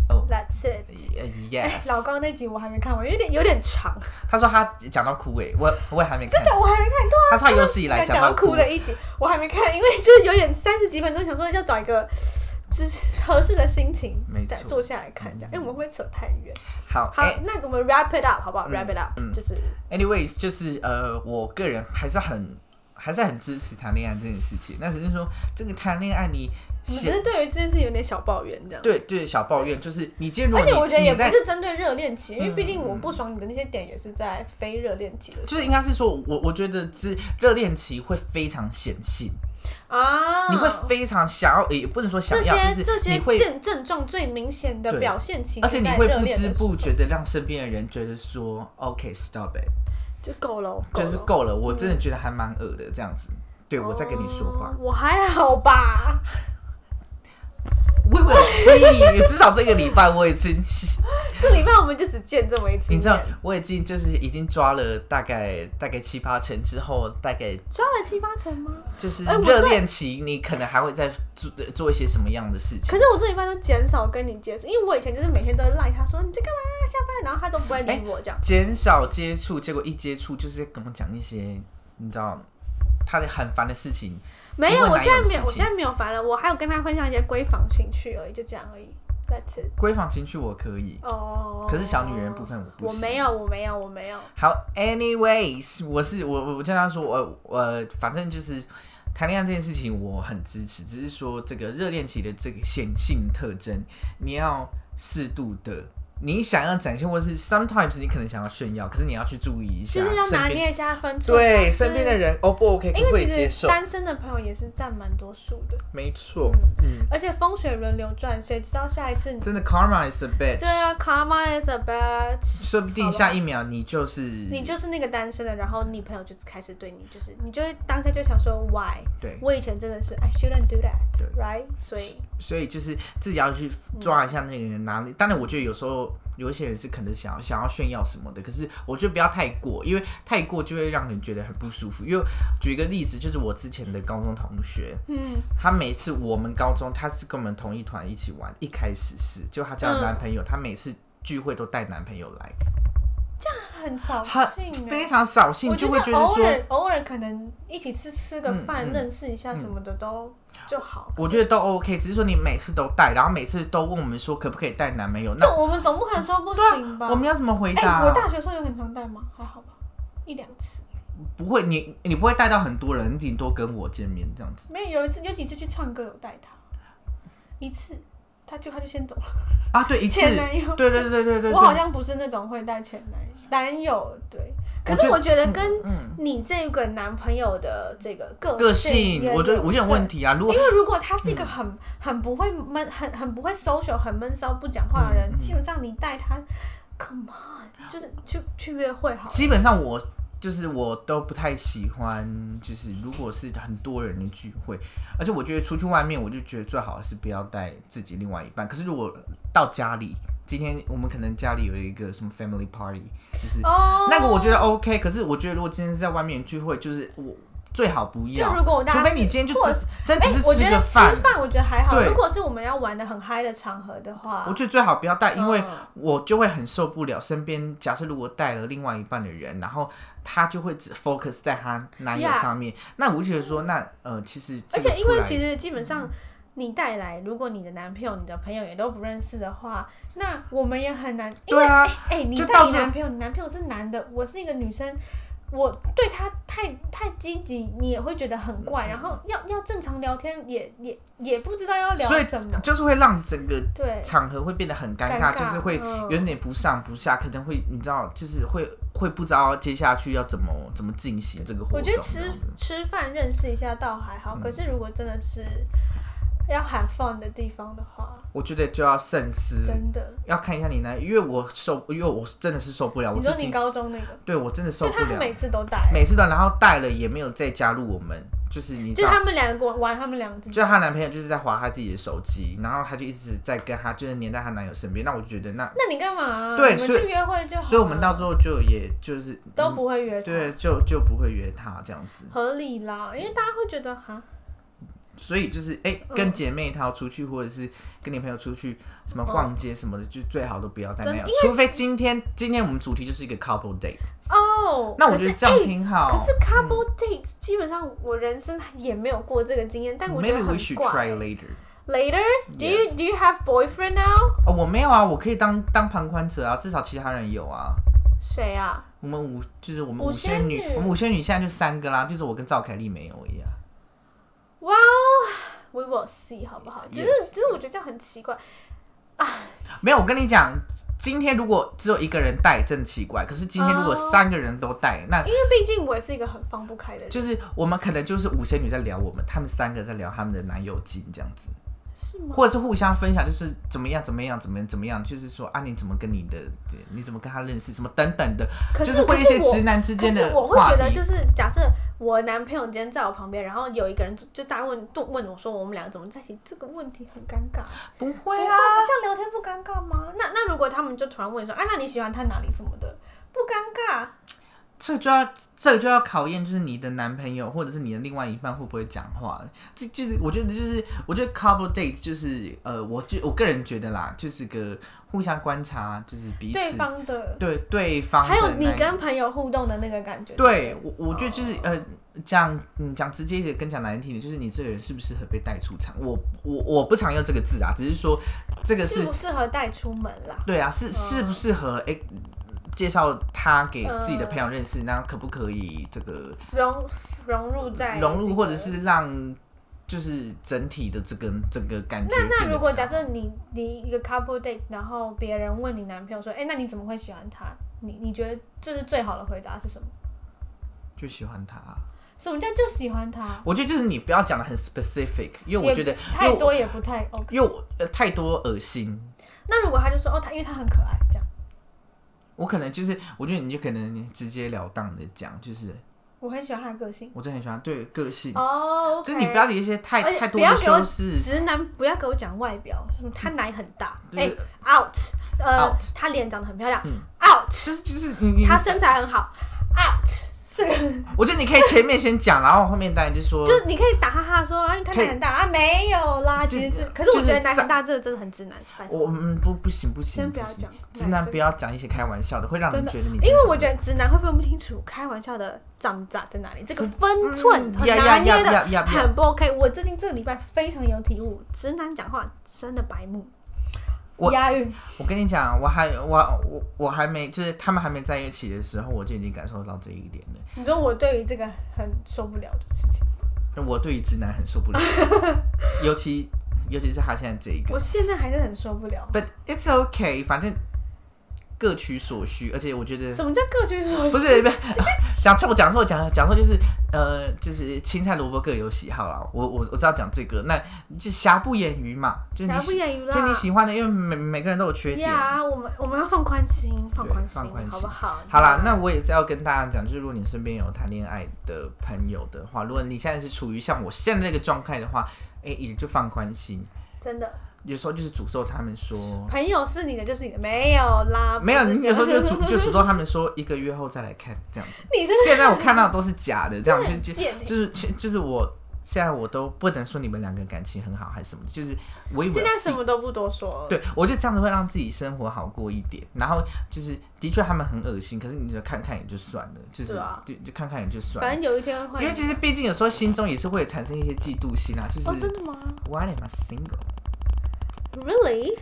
Speaker 2: 哦
Speaker 1: That's it。
Speaker 2: 呃
Speaker 1: 哎，
Speaker 2: Yes，
Speaker 1: 老高那集我还没看完，有点有点
Speaker 2: [laughs]
Speaker 1: 长，
Speaker 2: 他说他讲到哭哎、我我也还没看。
Speaker 1: 但我还没看，
Speaker 2: 他说他有史以来
Speaker 1: 讲
Speaker 2: 到
Speaker 1: 到哭的一集，我还没看，因为就是有点三十几分钟，想说要找一个就是合适的心情
Speaker 2: 没，错
Speaker 1: 再坐下来看一下。哎，我们会不会扯太远？
Speaker 2: 好，
Speaker 1: 好
Speaker 2: 哎、，嗯
Speaker 1: 那我们 wrap it up 好不好？wrap it up，就是，
Speaker 2: anyways，就是呃，我个人还是很还是很支持谈恋爱这件事情。那只是说，这个谈恋爱你
Speaker 1: 我们只
Speaker 2: 先
Speaker 1: 是对于这件事有点小抱怨这样。
Speaker 2: 对对小抱怨，就是你今天如
Speaker 1: 而
Speaker 2: 果你
Speaker 1: 且我觉得也
Speaker 2: 你
Speaker 1: 不
Speaker 2: 在嗯
Speaker 1: 是针对热恋期，因为毕竟我不爽你的那些点也是在非热恋期的时
Speaker 2: 就是应该是说，我我觉得是热恋期会非常显性，
Speaker 1: 候啊。
Speaker 2: 你会非常想要，也不能说想
Speaker 1: 这
Speaker 2: 要，
Speaker 1: 些
Speaker 2: 就是
Speaker 1: 这些
Speaker 2: 你会，
Speaker 1: 症症状最明显的
Speaker 2: 对
Speaker 1: 表现，其
Speaker 2: 而
Speaker 1: 实
Speaker 2: 且你
Speaker 1: 在
Speaker 2: 会
Speaker 1: 热
Speaker 2: 不
Speaker 1: 恋
Speaker 2: 知
Speaker 1: 的时候
Speaker 2: 不觉的让身边的人觉得说，OK，stop、it。
Speaker 1: 就够了，
Speaker 2: 就是
Speaker 1: 了嗯
Speaker 2: 够了，我真的觉得还蛮恶的这样子。对我在跟你说话
Speaker 1: 哦，我还好吧？
Speaker 2: 我有记，至少这个礼拜我已
Speaker 1: [laughs]
Speaker 2: 经，
Speaker 1: 这礼拜我们就只见这么一次面，
Speaker 2: 你知道，我已经就是已经抓了大概大概七八成之后，大概
Speaker 1: 抓了七八成吗？
Speaker 2: 就是
Speaker 1: 哎我
Speaker 2: 热恋期，你可能还会再做呃做一些什么样的事情
Speaker 1: 可。是我这礼拜都减少跟你接触，因为我以前就是每天都会赖他说你在干嘛，下班了，然后他都不会
Speaker 2: 哎
Speaker 1: 理我这样。
Speaker 2: 减少接触，结果一接触就是跟我讲一些你知道他的很烦的事情。
Speaker 1: 没
Speaker 2: 因
Speaker 1: 有，
Speaker 2: 为
Speaker 1: 我
Speaker 2: 哪
Speaker 1: 现
Speaker 2: 有
Speaker 1: 在
Speaker 2: 事
Speaker 1: 没有，我
Speaker 2: 情
Speaker 1: 现在没有烦了，我还有跟他分享一些闺房兴趣而已，就这样而已。That's it。
Speaker 2: 闺房情趣我可以，
Speaker 1: 哦。
Speaker 2: 可是小女人部分我不
Speaker 1: 我
Speaker 2: 行。
Speaker 1: 没有，我没有，我没有。
Speaker 2: 好，anyways，我是我我我跟他说，我我反正就是谈恋爱这件事情我很支持，只是说这个热恋期的这个显性特征，你要适度的，你想要展现，或是 sometimes 你可能想要炫耀，可是你要去注意一下，
Speaker 1: 就是要拿
Speaker 2: 啊身边
Speaker 1: 捏一下分寸嘛。啊
Speaker 2: 对
Speaker 1: 就是
Speaker 2: 身边的人，哦不 OK，可
Speaker 1: 因
Speaker 2: 不可
Speaker 1: 为
Speaker 2: 以接
Speaker 1: 其
Speaker 2: 受
Speaker 1: 实？单身的朋友也是占蛮多数的，
Speaker 2: 没错，嗯，
Speaker 1: 而且风水轮流转，谁知道下一次你
Speaker 2: 真的 karma is a bitch，
Speaker 1: 对啊，karma is a bitch，
Speaker 2: 说不定
Speaker 1: 好吧
Speaker 2: 下一秒你就是你
Speaker 1: 你就是那个单身的，然后你朋友就开始对你，就是你就会当下就想说 why？
Speaker 2: 对。
Speaker 1: 我以前真的是 I shouldn't do
Speaker 2: 对
Speaker 1: that，right？所以
Speaker 2: 所以就是自己要去抓一下那个人哪里。当然，我觉得有时候有一些人是可能想要想要炫耀什么的，可是我觉得不要太过，因为太过就会让人觉得很不舒服。因为举一个例子，就是我之前的高中同学，
Speaker 1: 嗯，
Speaker 2: 她每次我们高中她是跟我们同一团
Speaker 1: 嗯
Speaker 2: 一起玩，一开始是就她交了男朋友，她每次聚会都带男朋友来。
Speaker 1: 很扫兴哎、
Speaker 2: 很非常扫兴，
Speaker 1: 我
Speaker 2: 就会
Speaker 1: 得
Speaker 2: 觉得
Speaker 1: 偶
Speaker 2: 说，
Speaker 1: 尔偶尔可能一起吃吃个
Speaker 2: 嗯
Speaker 1: 饭、
Speaker 2: 嗯
Speaker 1: 认识一下什么的都就好。
Speaker 2: 我觉得都 OK，只是说你每次都带，然后每次都问我们说可不可以带男朋友，那啊
Speaker 1: 这我们总不可能说不行吧？
Speaker 2: 我们要怎么回
Speaker 1: 哎、
Speaker 2: 答、
Speaker 1: 我大学的时候有很常带吗？还好吧，一两次。
Speaker 2: 不会，你你不会带到很多人，你顶多跟我见面这样子
Speaker 1: 没有有一次有几次去唱歌有带他，一次他就他就先走了，
Speaker 2: 啊？对，一次，
Speaker 1: 前男友。
Speaker 2: 对对对对对对，嗯
Speaker 1: 我好像不是那种会带前男友男友对，可是
Speaker 2: 我
Speaker 1: 我觉得跟
Speaker 2: 嗯，
Speaker 1: 你这个男朋友的这个个
Speaker 2: 个
Speaker 1: 性也
Speaker 2: 性，
Speaker 1: 有，
Speaker 2: 我觉得我就有问
Speaker 1: 题。
Speaker 2: 题啊。如
Speaker 1: 因
Speaker 2: 果
Speaker 1: 为如果他是一
Speaker 2: 嗯
Speaker 1: 个很、很不会闷、很很不会 social、很闷骚、不讲话的人，
Speaker 2: 嗯嗯
Speaker 1: 基本上你带他，come on，就是去去约会好了。
Speaker 2: 基本上我就是我都不太喜欢，就是如果是很多人的聚会，而且我觉得出去外面，我就觉得最好是不要带自己另外一半。可是如果到家里，今天我们可能家里有一个什么 family party，就是
Speaker 1: 哦，
Speaker 2: 那个我觉得 OK。可是我觉得如果今天是在外面聚会，就是我最好不
Speaker 1: 就
Speaker 2: 要，
Speaker 1: 如果我大
Speaker 2: 除
Speaker 1: 家
Speaker 2: 非你今天就
Speaker 1: 或者
Speaker 2: 只真
Speaker 1: 哎、
Speaker 2: 只是
Speaker 1: 我觉
Speaker 2: 个
Speaker 1: 得吃
Speaker 2: 饭。
Speaker 1: 饭我觉得还好。
Speaker 2: 对
Speaker 1: 如果是我们要玩的很嗨的场合的话，
Speaker 2: 我觉得最好不要带，因为
Speaker 1: 嗯
Speaker 2: 我就会很受不了。身边假设如果带了另外一半的人，然后他就会只 focus 在他男友
Speaker 1: Yeah
Speaker 2: 上面，那我就觉得说，那呃，其实
Speaker 1: 而
Speaker 2: 这个
Speaker 1: 且因
Speaker 2: 出
Speaker 1: 为
Speaker 2: 来嗯
Speaker 1: 其实基本上你带来，如果你的男朋友、你的朋友也都不认识的话，那我们也很难。因为
Speaker 2: 对啊
Speaker 1: 哎、哎你
Speaker 2: 就
Speaker 1: 带
Speaker 2: 到
Speaker 1: 你
Speaker 2: 时候
Speaker 1: 男朋友，你男朋友是男的，我是一个女生。我对他太太积极，你也会觉得很
Speaker 2: 嗯
Speaker 1: 怪，然后要要正常聊天也也也不知道要
Speaker 2: 所
Speaker 1: 聊
Speaker 2: 以
Speaker 1: 什么，
Speaker 2: 就是会让整个
Speaker 1: 对，
Speaker 2: 场合会变得很尴
Speaker 1: 尴
Speaker 2: 尬，
Speaker 1: 尬
Speaker 2: 就是会
Speaker 1: 嗯
Speaker 2: 有点不上不下，可能会你知道，就是会会不知道接下去要怎么怎么进行这个活动。
Speaker 1: 我觉得
Speaker 2: 这
Speaker 1: 吃
Speaker 2: 样子嗯
Speaker 1: 吃饭认识一下倒还好，可是如果真的是要喊 fun 的地方的话，
Speaker 2: 我觉得就要慎思，
Speaker 1: 真的，
Speaker 2: 要看一下你男，因为我受，因为我真的是受不了，啊我
Speaker 1: 你说
Speaker 2: 自
Speaker 1: 你
Speaker 2: 己
Speaker 1: 高中那个，
Speaker 2: 对我真的受
Speaker 1: 所以
Speaker 2: 不
Speaker 1: 他们
Speaker 2: 了。
Speaker 1: 每次都带，
Speaker 2: 每次都，然后带了也没有再加入我们，就是你知
Speaker 1: 就是
Speaker 2: 道，
Speaker 1: 他们两个玩他们两个自己，
Speaker 2: 就她男朋友就是在划她自己的手机，然后她就一直在跟她就是黏在她男友身边，那我就觉得那，
Speaker 1: 那你干嘛？啊
Speaker 2: 对
Speaker 1: 你们
Speaker 2: 所以
Speaker 1: 去约会就好了，
Speaker 2: 所以我们到最后就也就是
Speaker 1: 都不会约他，
Speaker 2: 对，就就不会约她这样子，
Speaker 1: 合理啦，因为大家会觉得哈，
Speaker 2: 所以就是哎、
Speaker 1: 嗯
Speaker 2: 跟姐妹淘出去或者是跟你朋友出去什么逛街什么的，就最好都不要带男友
Speaker 1: 真，
Speaker 2: 除非今天今天我们主题就是一个 couple date，
Speaker 1: 哦，
Speaker 2: 那我觉得这样
Speaker 1: 可是哎
Speaker 2: 挺好。嗯
Speaker 1: 可是 couple date 基本上我人生也没有过这个经验，但我觉得
Speaker 2: Maybe
Speaker 1: 很
Speaker 2: we should
Speaker 1: 怪
Speaker 2: try。later.
Speaker 1: Later, do you
Speaker 2: Yes.
Speaker 1: do you have boyfriend now？
Speaker 2: 哦，我没有啊，我可以当当旁观者啊，至少其他人有啊。
Speaker 1: 谁啊？
Speaker 2: 我们五就是我们
Speaker 1: 五
Speaker 2: 五仙女
Speaker 1: 仙女，
Speaker 2: 我们五仙女现在就三个啦，就是我跟赵凯丽没有一啊样。
Speaker 1: 哇、w e will see，好不好？只是只
Speaker 2: Yes
Speaker 1: 是我觉得这样很奇怪，
Speaker 2: 没有，我跟你讲，今天如果只有一个人带，真的奇怪。可是今天如果
Speaker 1: 哦
Speaker 2: 三个人都带，那
Speaker 1: 因为毕竟我也是一个很放不开的人，
Speaker 2: 就是我们可能就是五仙女在聊我们，他们三个在聊他们的男友经这样子，
Speaker 1: 是吗？
Speaker 2: 或者是互相分享，就是怎么样怎么样怎么样怎么样，就是说啊，你怎么跟你的，你怎么跟他认识，什么等等的，
Speaker 1: 可
Speaker 2: 就是会
Speaker 1: 可
Speaker 2: 一
Speaker 1: 是
Speaker 2: 些
Speaker 1: 我
Speaker 2: 直男之
Speaker 1: 可
Speaker 2: 间
Speaker 1: 是
Speaker 2: 的
Speaker 1: 我会觉
Speaker 2: 话
Speaker 1: 得，
Speaker 2: 题
Speaker 1: 就。是假设我男朋友今天在我旁边，然后有一个人就就大问问问我说我们两个怎么在一起，这个问题很尴尬。
Speaker 2: 不会
Speaker 1: 不会
Speaker 2: 啊，
Speaker 1: 吗这样聊天不尴尬吗？那那如果他们就突然问说，啊，那你喜欢他哪里什么的，不尴尬。
Speaker 2: 这就要这就要考验，就是你的男朋友或者是你的另外一半会不会讲话了。这就是我觉得就是我觉得 couple date 就是呃，我就我个人觉得啦，就是个互相观察，就是彼此
Speaker 1: 对方的，
Speaker 2: 对对方的
Speaker 1: 还有
Speaker 2: 那
Speaker 1: 你跟朋友互动的那个感觉。
Speaker 2: 对我我觉得就是呃讲嗯讲直接一点跟讲难听一点，就是你这个人适不适合被带出场。我我我不常用这个字啊，只是说这个
Speaker 1: 适
Speaker 2: 是
Speaker 1: 不适合带出门啦？
Speaker 2: 对啊，是适不适合哎、介绍他给自
Speaker 1: 嗯
Speaker 2: 己的朋友认识，那可不可以这个？
Speaker 1: 融融入在
Speaker 2: 融
Speaker 1: 这
Speaker 2: 入，
Speaker 1: 个
Speaker 2: 或者是让就是整体的这个整个感觉
Speaker 1: 那
Speaker 2: 变得比较。
Speaker 1: 那如果假设你你一个 couple date，然后别人问你男朋友说，哎、那你怎么会喜欢他？你你觉得这是最好的回答是什么？
Speaker 2: 就喜欢他，
Speaker 1: 什么叫就喜欢他？
Speaker 2: 我觉得就是你不要讲的很 specific，因为我
Speaker 1: 也
Speaker 2: 觉得因
Speaker 1: 太
Speaker 2: 为我
Speaker 1: 多也不太 OK。
Speaker 2: 因为我呃太多恶心，
Speaker 1: 那如果他就说哦，他因为他很可爱，这样
Speaker 2: 我可能就是我觉得你就可能直截了当的讲，就是
Speaker 1: 我很喜欢他的个性。哦
Speaker 2: 我真的很喜欢对个性，
Speaker 1: o
Speaker 2: 就是你不要有一些太
Speaker 1: 哦而且
Speaker 2: 太
Speaker 1: 不
Speaker 2: 多
Speaker 1: 要
Speaker 2: 的
Speaker 1: 给我
Speaker 2: 修饰。
Speaker 1: 直男不要给我讲外表，什么他奶很大，
Speaker 2: 就
Speaker 1: 哎、
Speaker 2: 是
Speaker 1: out，呃
Speaker 2: out
Speaker 1: 他脸长得很漂亮、
Speaker 2: 嗯
Speaker 1: o u t
Speaker 2: 就是就是你你
Speaker 1: 他身材很好，out，这个
Speaker 2: 我觉得你可以前面先讲，然后后面当然就说，
Speaker 1: 就是你可以打哈哈说啊，你看
Speaker 2: 可以
Speaker 1: 南很大啊，没有啦，
Speaker 2: 就
Speaker 1: 其实是，可是我
Speaker 2: 就是
Speaker 1: 觉得南
Speaker 2: 在
Speaker 1: 很大这个真的很直男，拜托
Speaker 2: 我嗯不不行不行，
Speaker 1: 先不要
Speaker 2: 行
Speaker 1: 讲
Speaker 2: 直
Speaker 1: 真
Speaker 2: 男
Speaker 1: 的
Speaker 2: 不要讲一些开玩笑的，会让人觉得你
Speaker 1: 因为我
Speaker 2: 得
Speaker 1: 觉得直男会分不清楚开玩笑的脏不在哪里，这个
Speaker 2: 这
Speaker 1: 分寸
Speaker 2: 嗯
Speaker 1: 很
Speaker 2: 呀
Speaker 1: 拿
Speaker 2: 呀呀
Speaker 1: 捏的
Speaker 2: 呀呀呀
Speaker 1: 很不 OK。我最近这个礼拜非常有体悟，直男讲话真的白目
Speaker 2: 我，
Speaker 1: 押韵。
Speaker 2: 我跟你讲，我还我我我还没就是他们还没在一起的时候，我就已经感受到这一点了。
Speaker 1: 你说我对于这个很受不了的事情，
Speaker 2: 我对于直男很受
Speaker 1: [laughs]
Speaker 2: 不了，尤其尤其是他现在这一个。
Speaker 1: 我现在还是很受不了。
Speaker 2: But it's okay，反正各取所需，而且我觉得
Speaker 1: 什么叫各取所需？
Speaker 2: 不是不是讲错讲错讲讲错就是呃就是青菜萝卜各有喜好啦。我我我知道讲这个，那就瑕不掩瑜嘛，就是
Speaker 1: 瑕
Speaker 2: 你
Speaker 1: 不
Speaker 2: 喜
Speaker 1: 掩瑜啦。
Speaker 2: 就你喜欢的，因为每每个人都有缺点。
Speaker 1: 呀我们我们要放宽心，放宽
Speaker 2: 放宽心
Speaker 1: 好不好？
Speaker 2: 好啦，那我也是要跟大家讲，就是如果你身边有谈恋爱的朋友的话，如果你现在是处于像我现在这个状态的话，哎、也就放宽心。
Speaker 1: 真的，
Speaker 2: 有时候就是诅咒他们说，
Speaker 1: 朋友是你的就是你的，没有啦，
Speaker 2: 没有，
Speaker 1: 不是
Speaker 2: 你
Speaker 1: 这
Speaker 2: 有
Speaker 1: 样
Speaker 2: 时候就诅就诅咒他们说一个月后再来看这样子。
Speaker 1: [laughs] 你真的
Speaker 2: 现在我看到都是假的，这样
Speaker 1: 很
Speaker 2: 就就
Speaker 1: 贱欸
Speaker 2: 就是就是我现在我都不能说你们两个感情很好还是什么，就是我以为
Speaker 1: 现在什么都不多说了。
Speaker 2: 对，我就这样子会让自己生活好过一点。然后就是的确他们很恶心，可是你就看看也就算了，就是
Speaker 1: 对啊
Speaker 2: 就就看看也就算
Speaker 1: 反
Speaker 2: 了。
Speaker 1: 正有一天会，
Speaker 2: 因为其实毕竟有时候心中也是会产生一些嫉妒心啊，就
Speaker 1: 哦，真
Speaker 2: 是
Speaker 1: 的吗
Speaker 2: 我 am a single，
Speaker 1: ？Really？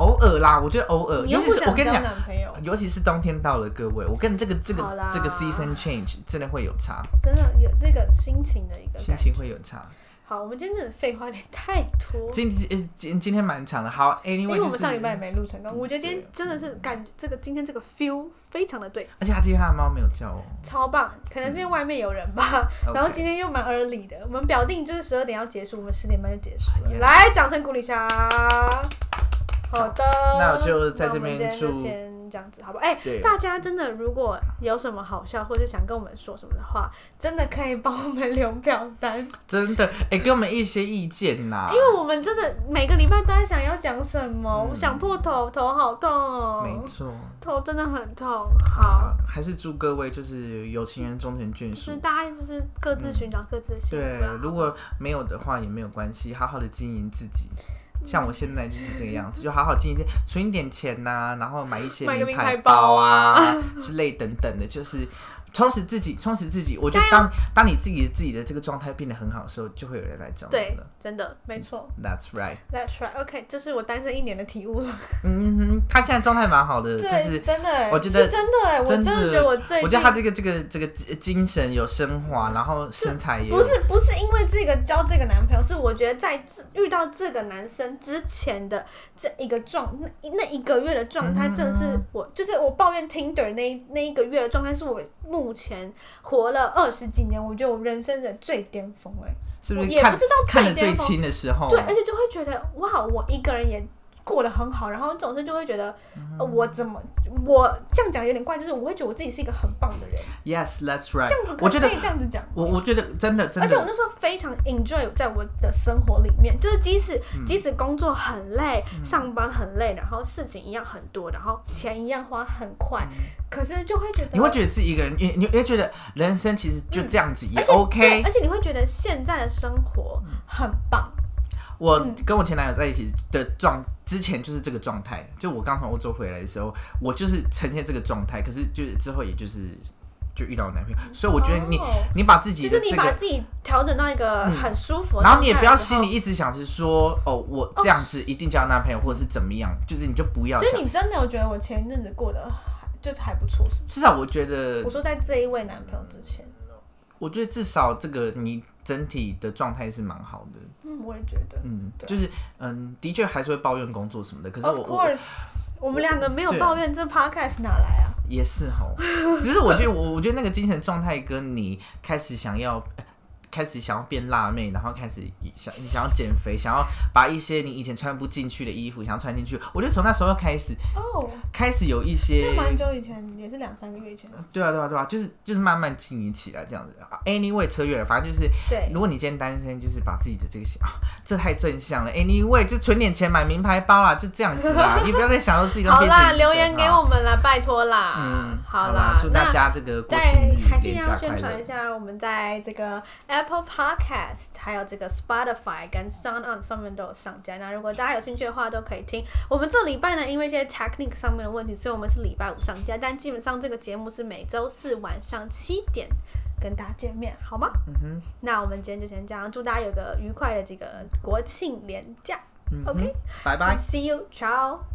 Speaker 2: 偶尔啦，我觉得偶尔，
Speaker 1: 你
Speaker 2: 呃尤
Speaker 1: 又
Speaker 2: 其
Speaker 1: 不
Speaker 2: 是我
Speaker 1: 想
Speaker 2: 跟你
Speaker 1: 交
Speaker 2: 讲，
Speaker 1: 男朋友，
Speaker 2: 尤其是冬天到了，各位，我跟这个这
Speaker 1: 好
Speaker 2: 个
Speaker 1: 啦
Speaker 2: 这个 season change 真的会有差，
Speaker 1: 真的有那个心情的一个
Speaker 2: 心
Speaker 1: 感觉。
Speaker 2: 情会有差。
Speaker 1: 好，我们今天真的废话有点太多，
Speaker 2: 今今今今天蛮长的，好
Speaker 1: 因
Speaker 2: ，anyway，
Speaker 1: 为我们
Speaker 2: 就是嗯
Speaker 1: 上礼拜也没录成功。我觉得今
Speaker 2: 对嗯
Speaker 1: 天真的是感这个今天这个 feel 非常的对，
Speaker 2: 而且他今天他的猫没有叫哦，
Speaker 1: 超棒。可能是因为外面有人吧， [laughs] 然后
Speaker 2: 嗯 OK
Speaker 1: 今天又蛮 early 的。我们表定就是十二点要结束，我们十点半就结束了。
Speaker 2: Yeah
Speaker 1: 来，掌声鼓励一下。好的，
Speaker 2: 那我就在这
Speaker 1: 那我们今
Speaker 2: 边
Speaker 1: 天就
Speaker 2: 祝
Speaker 1: 先这样子，好不好？哎、
Speaker 2: 对
Speaker 1: 大家真的如果有什么好笑，或是想跟我们说什么的话，真的可以帮我们留表单，
Speaker 2: 真的，哎、给我们一些意见呐、
Speaker 1: 因为我们真的每个礼拜都在想要讲什么，我想破头，头好痛
Speaker 2: 嗯没
Speaker 1: 哦，
Speaker 2: 错，
Speaker 1: 头真的很痛。
Speaker 2: 啊
Speaker 1: 好，，
Speaker 2: 还是祝各位就是有情人终成眷
Speaker 1: 就
Speaker 2: 属
Speaker 1: 是。大家就是各自寻找各自的幸
Speaker 2: 对
Speaker 1: 福啦。，
Speaker 2: 如果没有的话也没有关系，好好的经营自己。
Speaker 1: 嗯
Speaker 2: 像我现在就是这个样子，就好好经营自己，存一点钱呐、然后买一些
Speaker 1: 买个名
Speaker 2: 牌
Speaker 1: 牌包
Speaker 2: 啊
Speaker 1: 啊
Speaker 2: 之类等等的，就是充实自己，充实自己。我觉得当当你自己自己的这个状态变得很好的时候，就会有人来找你
Speaker 1: 对
Speaker 2: 了。，
Speaker 1: 真的没错。
Speaker 2: That's right。
Speaker 1: That's right. OK，这是我单身一年的体悟了。
Speaker 2: 嗯哼，他现在状态蛮好的，呃就
Speaker 1: 对，
Speaker 2: 是
Speaker 1: 真的欸，
Speaker 2: 我觉得
Speaker 1: 是真的欸，我
Speaker 2: 真
Speaker 1: 真
Speaker 2: 的
Speaker 1: 的觉得我最近，
Speaker 2: 我觉得他这个这个这个精精神有升华，然后身材也有
Speaker 1: 不是不是因为这个交这个男朋友，是我觉得在自遇到这个男生之前的这一个状那那一个月的状态，真的是
Speaker 2: 嗯
Speaker 1: 我就是我抱怨 Tinder 那一那一个月的状态，是我目前活了二十几年，我觉得我人生的最巅峰哎、
Speaker 2: 是不是
Speaker 1: 也
Speaker 2: 看
Speaker 1: 不知道最
Speaker 2: 看的最哦
Speaker 1: 巅峰
Speaker 2: 轻的时候，
Speaker 1: 对，而且就会觉得哇，我一个人也过得很好，然后总是就会觉得、
Speaker 2: 嗯
Speaker 1: 呃我怎么我这样讲有点怪，就是我会觉得我自己是一个很棒的人，
Speaker 2: ，Yes，that's right
Speaker 1: 这样子。可
Speaker 2: 哎我觉得
Speaker 1: 可以这样子讲。
Speaker 2: 我我觉得真的真
Speaker 1: 而且我
Speaker 2: 的，
Speaker 1: 那时候非常 enjoy 在我的生活里面，就是即使、
Speaker 2: 嗯
Speaker 1: 即使工作很累、上班很累，然后事情一样很多，然后钱一样花很快，可是就会觉得
Speaker 2: 嗯你会觉得自己一个人，你你你会觉得人生其实就这样子也
Speaker 1: 而且对嗯
Speaker 2: OK
Speaker 1: 而。且你会觉得现在的生活很棒，
Speaker 2: 我跟我前男友在一起的状之前就是这个状态，就我刚从欧洲回来的时候，我就是呈现这个状态，可是就是之后也就是就遇到我男朋友，所以我觉得你
Speaker 1: 哦
Speaker 2: 你把自己
Speaker 1: 就
Speaker 2: 的
Speaker 1: 是
Speaker 2: 这
Speaker 1: 你
Speaker 2: 个嗯
Speaker 1: 把自己调整到一个很舒服的状态的时候、
Speaker 2: 然后你也不要心里一直想是说，哦，我这样子一定交男朋友，或者是怎么样，就是你就不要
Speaker 1: 所
Speaker 2: 想
Speaker 1: 以。你真的有觉得我前一阵子过得还就是还不错，是吗？
Speaker 2: 至少我觉得
Speaker 1: 我，说在这一位男朋友之前，
Speaker 2: 我觉得至少这个你整体的状态是蛮好的，
Speaker 1: 嗯，我也觉得。
Speaker 2: 嗯，
Speaker 1: 对
Speaker 2: 就是嗯，的确还是会抱怨工作什么的，可是
Speaker 1: Of
Speaker 2: 我我
Speaker 1: course，我们两个没有
Speaker 2: 对
Speaker 1: 抱怨，这 podcast 哪来啊？
Speaker 2: 也是哈，只是我觉得我我觉得那个精神状态跟你开始想要。呃开始想要变辣妹，然后开始想你想要减肥，想要把一些你以前穿不进去的衣服想要穿进去。我觉得从那时候开始，
Speaker 1: 哦，
Speaker 2: 开始有一些
Speaker 1: 那蛮久以前，也是两三个月以前的事。
Speaker 2: 对啊，对啊，对啊，就是就是慢慢经营起来这样子。啊 Anyway，扯远了，反正就是，
Speaker 1: 对
Speaker 2: 如果你今天单身，就是把自己的这个想，啊、这太正向了。Anyway，就存点钱买名牌包啦，就这样子
Speaker 1: [laughs]
Speaker 2: 啦，你不要再想说自己都
Speaker 1: 好
Speaker 2: 变
Speaker 1: 啦，
Speaker 2: 成
Speaker 1: 留言给
Speaker 2: 啊
Speaker 1: 我们啦，拜托啦。
Speaker 2: 嗯，
Speaker 1: 好
Speaker 2: 啦
Speaker 1: 啦，，
Speaker 2: 祝
Speaker 1: 那
Speaker 2: 大家这个国
Speaker 1: 在
Speaker 2: 庆日
Speaker 1: 还是一
Speaker 2: 连
Speaker 1: 样
Speaker 2: 假
Speaker 1: 宣
Speaker 2: 快
Speaker 1: 传
Speaker 2: 乐
Speaker 1: 一。下，我们在这个 Apple Podcast，还有这个 Spotify 跟 Sound On 上面都有上架。那如果大家有兴趣的话，都可以听。我们这礼拜呢，因为一些 technique 上面的问题，所以我们是礼拜五上架，但基本上这个节目是每周四晚上七点跟大家见面，好吗？
Speaker 2: 嗯哼，
Speaker 1: 那我们今天就先这样，祝大家有个愉快的这个国庆连假。
Speaker 2: 嗯哼
Speaker 1: OK，
Speaker 2: 拜拜。
Speaker 1: See you，ciao。